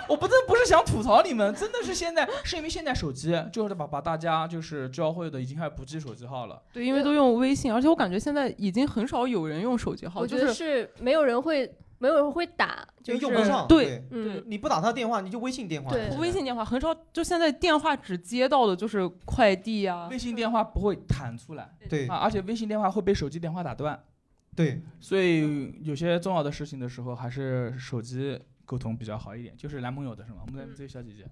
我不真不是想吐槽你们，真的是现在是因为现在手机就是把把大家就是教会的已经开始不记手机号了。
对，因为都用微信，而且我感觉现在已经很少有人用手机号，
我
就
觉得
是
是没有人会，没有人会打，就
就是用不上。
对
嗯，
你不打她电话，你就微信电话。
对
微信电话很少，就现在电话只接到的就是快递啊呀、
微信电话不会弹出来，
对
啊，而且微信电话会被手机电话打断，
对，
所以有些重要的事情的时候还是手机沟通比较好一点。就是男朋友的是吗？我们
嗯
的这位小姐姐，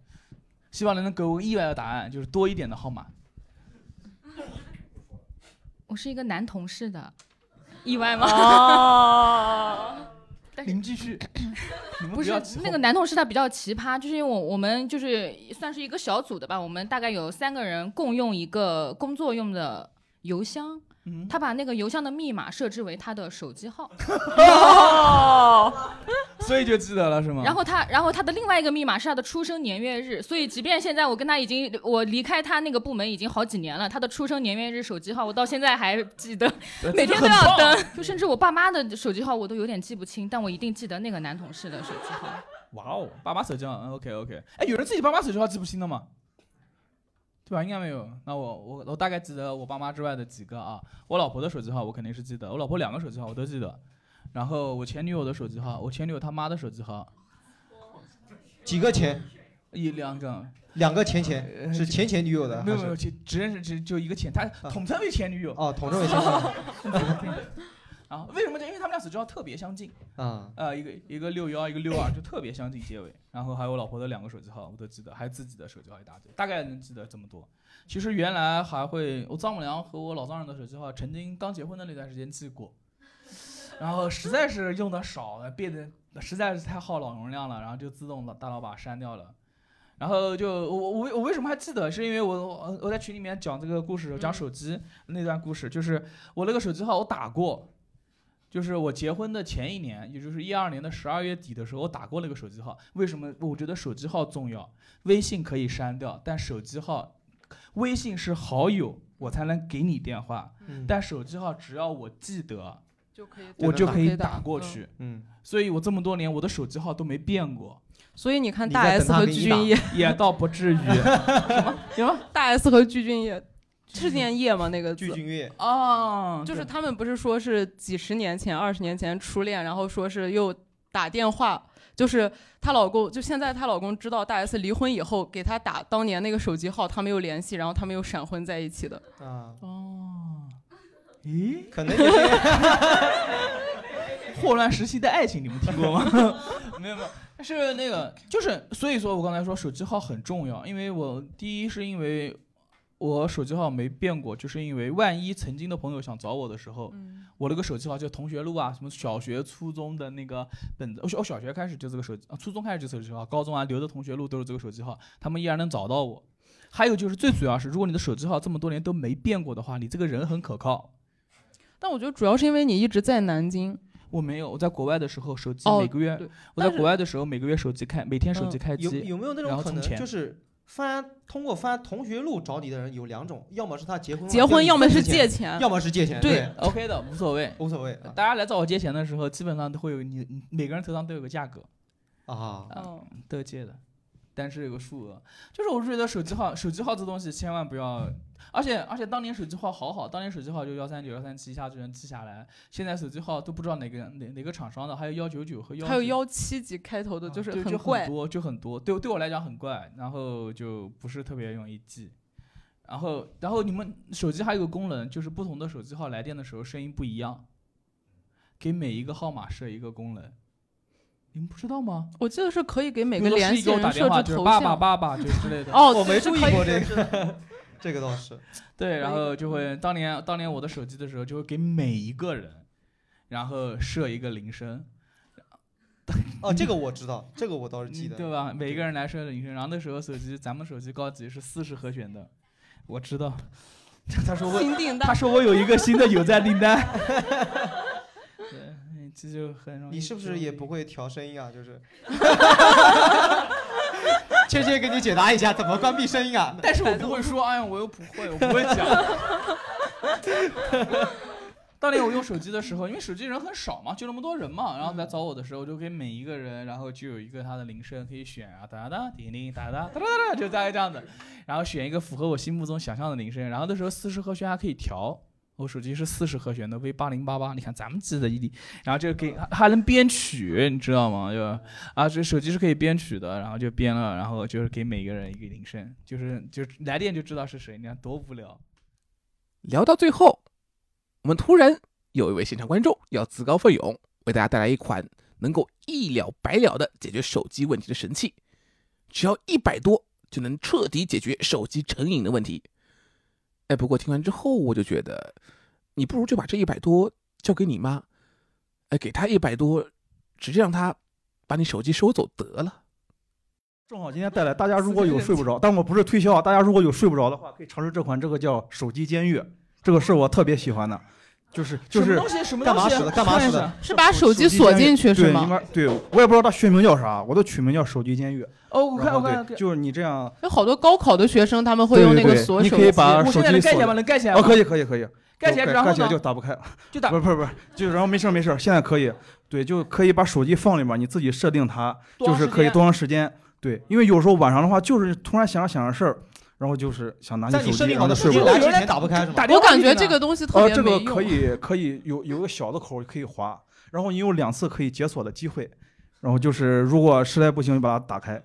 希望能给我个意外的答案，就是多一点的号码。
我是一个男同事的，意外吗？
哦
但是
您继续，你们
不是
要起哄
那个男同事，他比较奇葩，就是因为我我们就是算是一个小组的吧，我们大概有三个人共用一个工作用的邮箱，
嗯
他把那个邮箱的密码设置为他的手机号。哦
所以就记得了是吗？
然后他，然后他的另外一个密码是他的出生年月日，所以即便现在我跟他已经，我离开他那个部门已经好几年了，他的出生年月日、手机号我到现在还 记得，
对
每天
这
都
很棒
要登，就甚至我爸妈的手机号我都有点记不清，但我一定记得那个男同事的手机号。
哇哦，爸妈手机号，OK OK。哎，有人自己爸妈手机号记不清的吗？对吧？应该没有。那我我我大概记得我爸妈之外的几个啊，我老婆的手机号我肯定是记得，我老婆两个手机号我都记得，然后我前女友的手机号，我前女友他妈的手机号，
几个前？
一两个，呃
两个前前是前前女友的，
没有没
还
有，
是啊
只只认识只就一个前，他统称为前女友。
哦统称为前女友。
啊，为什么？就因为他们俩手机号特别相近。
啊，
呃，一个一个六幺，一个六二，就特别相近结尾。然后还有我老婆的两个手机号，我都记得，还有自己的手机号一大堆，大概能记得这么多。其实原来还会，我丈母娘和我老丈人的手机号，曾经刚结婚的那段时间记过，然后实在是用的少了，变得实在是太耗脑容量了，然后就自动的大脑把它删掉了。然后就我我我为我为什么还记得？是因为我我我在群里面讲这个故事，讲手机那段故事，就是我那个手机号我打过，就是我结婚的前一年，也就是一二年的十二月底的时候，我打过那个手机号。为什么？我觉得手机号重要，微信可以删掉，但手机号，微信是好友，我才能给你电话，
嗯
但手机号只要我记得，
就可以
我就可以打
打
过去。
嗯，
所以我这么多年我的手机号都没变过。
所以你看大 S 和具俊晔，
也倒不至于。 什么？
大 S 和具俊晔是念晔吗？那个字。具
俊晔。
哦，
就是他们不是说是几十年前、二十年前初恋，然后说是又打电话。就是她老公，就现在她老公知道大 S 离婚以后，给她打当年那个手机号，他们又联系，然后他们又闪婚在一起的。哦
啊，
咦，
可能有些
霍乱时期的爱情，你们听 过 吗？没有没有，但是那个就是，所以说我刚才说手机号很重要，因为我第一是因为我手机号没变过，就是因为万一曾经的朋友想找我的时候，我那个手机号就同学录啊，什么小学、初中的那个本子，我小我小学开始就这个手机，啊，初中开始就这个手机号，高中啊留的同学录都是这个手机号，他们依然能找到我。还有就是最主要是，如果你的手机号这么多年都没变过的话，你这个人很可靠。
但我觉得主要是因为你一直在南京，
我没有，我在国外的时候手机
哦
每个月，
对
我在国外的时候每个月手机开，每天手机开机，
嗯有有没有那种
然
可
后充
能，
钱
就是翻通过翻同学录找你的人有两种，要么是他结婚了
结婚
跟你
要么
分
是
之
借
前
钱
要么是借钱，啊
对
对
OK 的，无所谓， 呃
无所谓。啊
大家来找我借钱的时候，基本上都会有你你每个人头上都有个价格，
啊，
都有借的，但是有个数额。就是我是觉得手机号，手机号这东西千万不要，而且而且当年手机号好好，当年手机号就幺三九幺三七一下就能记下来，现在手机号都不知道哪个哪哪个厂商的，还有幺九九和幺
还有幺七级开头的，就是
对，
很
就
怪。
多，就很多，对对我来讲很怪，然后就不是特别容易记。然后，然后你们手机还有个功能，就是不同的手机号来电的时候声音不一样，给每一个号码设一个功能。你们不知道吗？
我记得是可以给每
每
个联系
给我
人
打
设
电话
置
就是
头
爸爸
像。
爸爸就之类的。
哦
我
这
没
是
注意
可以
过这
设置
个，这个倒是。
对，然后就会当年当年我的手机的时候，就会给每一个人，然后设一个铃声。
哦，这个我知道，这个我倒是记
嗯
得，
对吧？每一个人来设铃声，然后那时候手机，咱们手机高级是四十和弦的，我知道。 他说我
新订，单
他说我有一个新的有赞订单。 对，这就很容易。
你是不是也不会调声音啊？就是， 倩倩给你解答一下怎么关闭声音啊？
但是我不会说，哎呀，我又不会，我不会讲。当年我用手机的时候，因为手机人很少嘛，就那么多人嘛，然后来找我的时候，我就给每一个人，然后就有一个他的铃声可以选啊，哒哒哒叮叮哒哒哒哒哒，就大概这样子，然后选一个符合我心目中想象的铃声，然后那时候四十和弦还可以调。我手机是四十和弦的 V 八零八八，你看咱们记得一定，然后就给还还能编曲，你知道吗？就啊，这手机是可以编曲的，然后就编了，然后就是给每个人一个铃声，就是就是来电就知道是谁，你看多无聊。
聊到最后，我们突然有一位现场观众要自告奋勇，为大家带来一款能够一了百了的解决手机问题的神器，只要一百多就能彻底解决手机成瘾的问题。哎，不过听完之后，我就觉得，你不如就把这一百多交给你妈，哎，给她一百多，直接让她把你手机收走得了。
正好今天带来，大家如果有睡不着，但我不是推销啊，大家如果有睡不着的话，可以尝试这款，这个叫手机监狱。这个是我特别喜欢的，就是就是
什么东西什么
干嘛
东西
使的干嘛使
看一
的
下，
是把手机锁进去是
对
吗
应该对，我也不知道它学名叫啥，我都取名叫手机监狱。
哦我看
然后
我看
对
我看
就是你这样，
有好多高考的学生他们会用那
对
个
对对
锁
你
手
可以
机，
把手机
能盖起来
锁
吗能盖起来
哦，
吗
可以可以可以，
盖起来
就
然后
盖起来
呢
就打不开了，
就打
不是不是不是，就然后没事儿没事儿，现在可以，对，就可以把手机放里面，你自己设定它，
多长
就是可
时
以
间
多长时间，对，因为有时候晚上的话，就是突然想着想着事儿，然后就是想拿起
在你
手
设
机，
定
然后
好的
就睡
时间
过
来
去
之
了
前打不开是吗打电
我
话
感
进
觉
去
这
呢
个东西特
呃，
别
这
没
个
用。
可以可以有有一个小的口儿可以划，然后你有两次可以解锁的机会，然后就是如果实在不行就把它打开，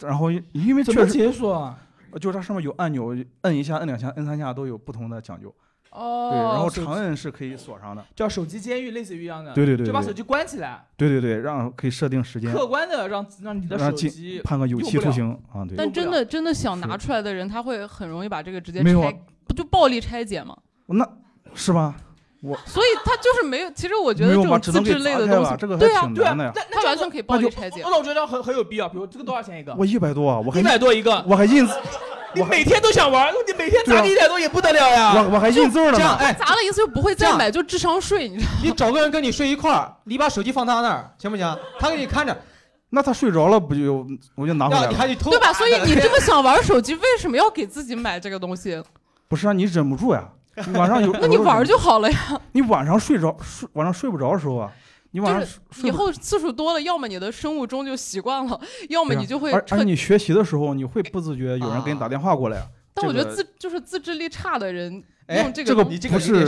然后因因为
怎
确
么
实
解锁啊？
呃就是它上面有按钮，摁一下、摁两下、摁三下都有不同的讲究。
哦
对，然后
手机
长摁是可以锁上的。
叫手机监狱，类似于一样的，
对对对
就把
对
手机关起来，
对对对，让可以设定时间，
客观的让让你的
让
手
进
机
判个有
用
期
不
徒
了
刑啊。对，
但真的真的想拿出来的人，他会很容易把这个直接
没有啊
拆，不就暴力拆解吗？
那是吧？我
所以他就是没有。其实我觉得
没
这
有吧
种
只
自
能给
制类
砸
的
开
东
吧
西，
这个还
对啊
挺
对啊
难的呀，
他完全可以暴力拆解。
我老觉得很很有必要，比如这个多少钱一个？
我一百多啊，我还
一百多一个，
我还印，
你每天都想玩，你每天
对啊
砸个一百多也不得了呀。
啊我我还印字儿呢
这样
嘛。
哎，
砸了一次就不会再买，就智商税，你知道
你找个人跟你睡一块儿，你把手机放他那儿行不行？他给你看着，
那他睡着了不就我就拿回来
要
了？
你还得偷，
对吧？所以你这么想玩手机，为什么要给自己买这个东西？
不是啊，你忍不住呀。你 晚上有，
那你玩儿就好了呀。
你晚上睡着睡晚上睡不着的时候啊，你晚上
就是以后次数多了，要么你的生物钟就习惯了，要么
对啊
你就会
而而
彻
且你学习的时候，你会不自觉有人
啊
给你打电话过来。
但我觉得
这个
自就是自制力差的人
哎
用这
这
个东，
不是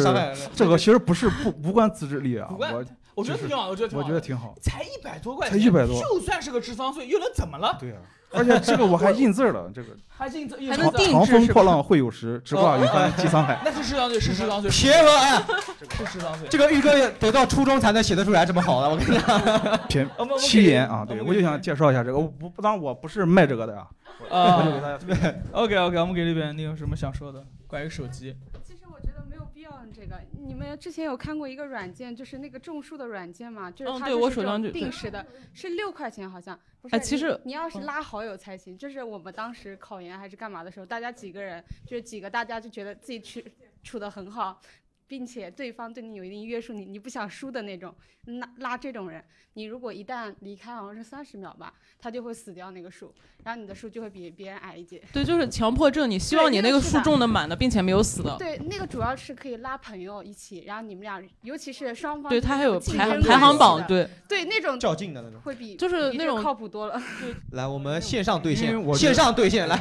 这个，其实不是不无关自制力啊。
关
我
我觉得
就是
挺好的我觉得挺好的
我觉得挺好。
才一百多块
才
钱，
100多
就算是个智商税，又能怎么了？
对啊，而且这个我还印字儿了，这个
还是
“
还
长长风破浪会有时，直挂云帆济沧海
那是智 商税，是智商税。
贴合
啊
哎，
是智商税。
这个玉哥得到初中才能写得出来这么好的，我跟你讲。”
品
我们
七言啊。对，我就想介绍一下这个。我不，不当然我不是卖这个的呀。
啊
我就给大家推荐。
OK OK，我们给这边你有什么想说的？关于手机，
其实我觉得没有必要这个。你们之前有看过一个软件，就是那个种树的软件嘛，就是
嗯
它
对
就
我
是
手
这
上
种
就对
定时的，是六块钱好像。不是
哎其
你
实
你要是
嗯
拉好友才行。就是我们当时考研还是干嘛的时候，大家几个人，就是几个大家就觉得自己处处的很好，并且对方对你有一定约束，你你不想输的那种，拉拉这种人，你如果一旦离开，好像是三十秒吧，他就会死掉那个树，然后你的树就会比别人矮一截。
对，就是强迫症。你希望你那个树种的满的，并且没有死的。
对，那个主要是可以拉朋友一起，然后你们俩，尤其是双方
对它还有
竞
排
争
行
关
排行
系
榜
的
对
对那种
较劲的那种
会比
就是
比
那
这个
种
靠谱多了。
来，我们线上对
因为我
线，
觉
线
得
上对线来。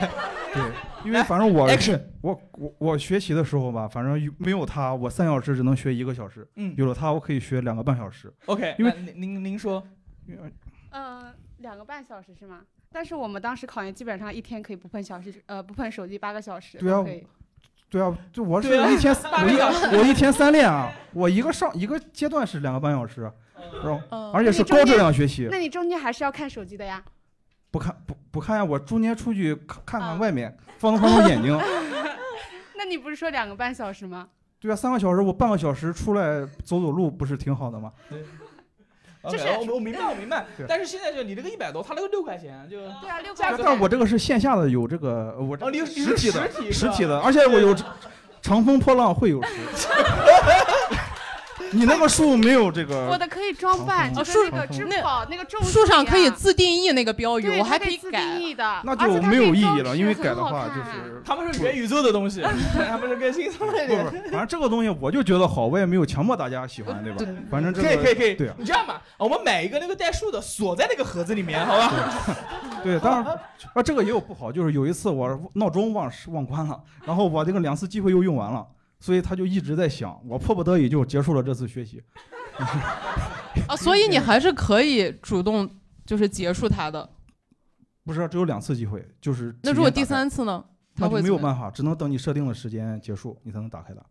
对，因为反正我
action
我我我学习的时候吧，反正没有他，我三小时只能学一个小时。
嗯
有了他，我可以学两个半小时。
OK，
因为
那您您您说，
呃，两个半小时是吗？但是我们当时考研基本上一天可以不碰小时，呃，不碰手机八个小时
对啊
都可以。
对啊，就我是
对啊
一天
八
我
个
一
小时
我一天三练啊，我一个上一个阶段是两个半小时，然后
嗯
而且是高质量学习
那，你中间还是要看手机的呀。
不看不不看呀，我中间出去看
嗯
看看外面，放松放松眼睛。
那你不是说两个半小时吗？
对啊，三个小时我半个小时出来走走路不是挺好的吗？
这
哦
是我我明白我明白
对，
啊但是现在就你这个一百多，他那个六块钱就
对啊，六
价格
但我这个是线下的，有这个我
哦你
这
是你是
实体的
实体的
实体的，而且我有长风破浪会有 时。你那个树没有这
我
个，
的可以装扮，就
哦
是
树
那个支付宝那个种
树上可以
呀
自定义那个标语，
对
我
它
还
可
可
以
以
自
改
定义的
那
而且
就
它
没
可以
有意
装
义了，
饰
因为
很
改的
好
话就
看啊
是
他们是元宇宙的东西，他们是更新上的
不不，反正这个东西我就觉得好，我也没有强迫大家喜欢，对吧？反正这
可以
个
可以可以，
对啊
你这样吧，我们买一个那个带数的，锁在那个盒子里面，好吧？
对，当然啊，这个也有不好，就是有一次我闹钟忘忘关了，然后我这个两次机会又用完了，所以他就一直在响，我迫不得已就结束了这次学习。
啊，所以你还是可以主动就是结束它 的。
不是，只有两次机会，就是
那如果
直接
第
打开
三次呢？它
那就
会
没有
怎么
办法，只能等你设定的时间结束，你才能打开它。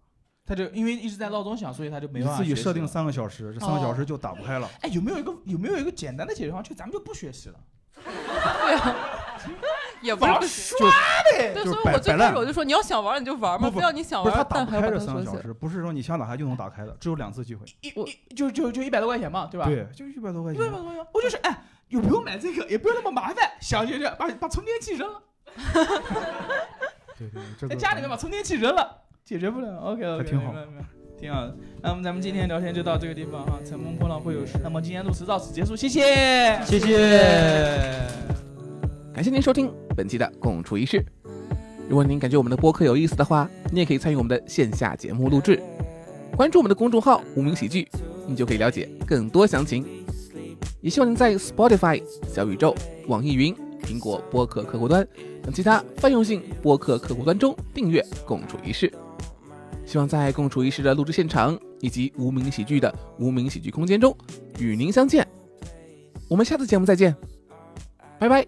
他就因为一直在闹钟响，所以他就没
你
办法
自己
学习
设定
了
三个小时，这三
哦
个小时就打不开了。
哎，有没有一个有没有一个简单的解决方案？就咱们就不学习了，
也不
玩
是
刷
对，
呗
对，
就是
所以
摆
我最
摆
开
烂
始我就说你要想玩你就玩嘛，
不不
非要你想
不是
玩
它
儿，
打
但
不
还要
开
把
这
它
三个
锁起来。
小时，不是说你想打开就能打开的，只有两 次机会。
一就就就一百多块钱嘛，对吧？
对，就一百多块
一百
钱。
多块钱，我就是哎，也不用买这个，也不用那么麻烦，想学学，把把充电器扔了，哎
对对，这
在
个
家里面把充电器扔了，解决不了。OK OK，
还挺好
挺好的。那么咱们今天聊天就到这个地方啊，乘风破浪会有时。那么今天录制到此结束，谢谢，
谢谢。
感谢您收听本期的共处一室。如果您感觉我们的播客有意思的话，你也可以参与我们的线下节目录制，关注我们的公众号“无名喜剧”，你就可以了解更多详情。也希望您在 Spotify、小宇宙、网易云、苹果播客客户端等其他泛用性播客客户端中订阅“共处一室”。希望在“共处一室”的录制现场以及无名喜剧的无名喜剧空间中与您相见。我们下次节目再见，拜拜。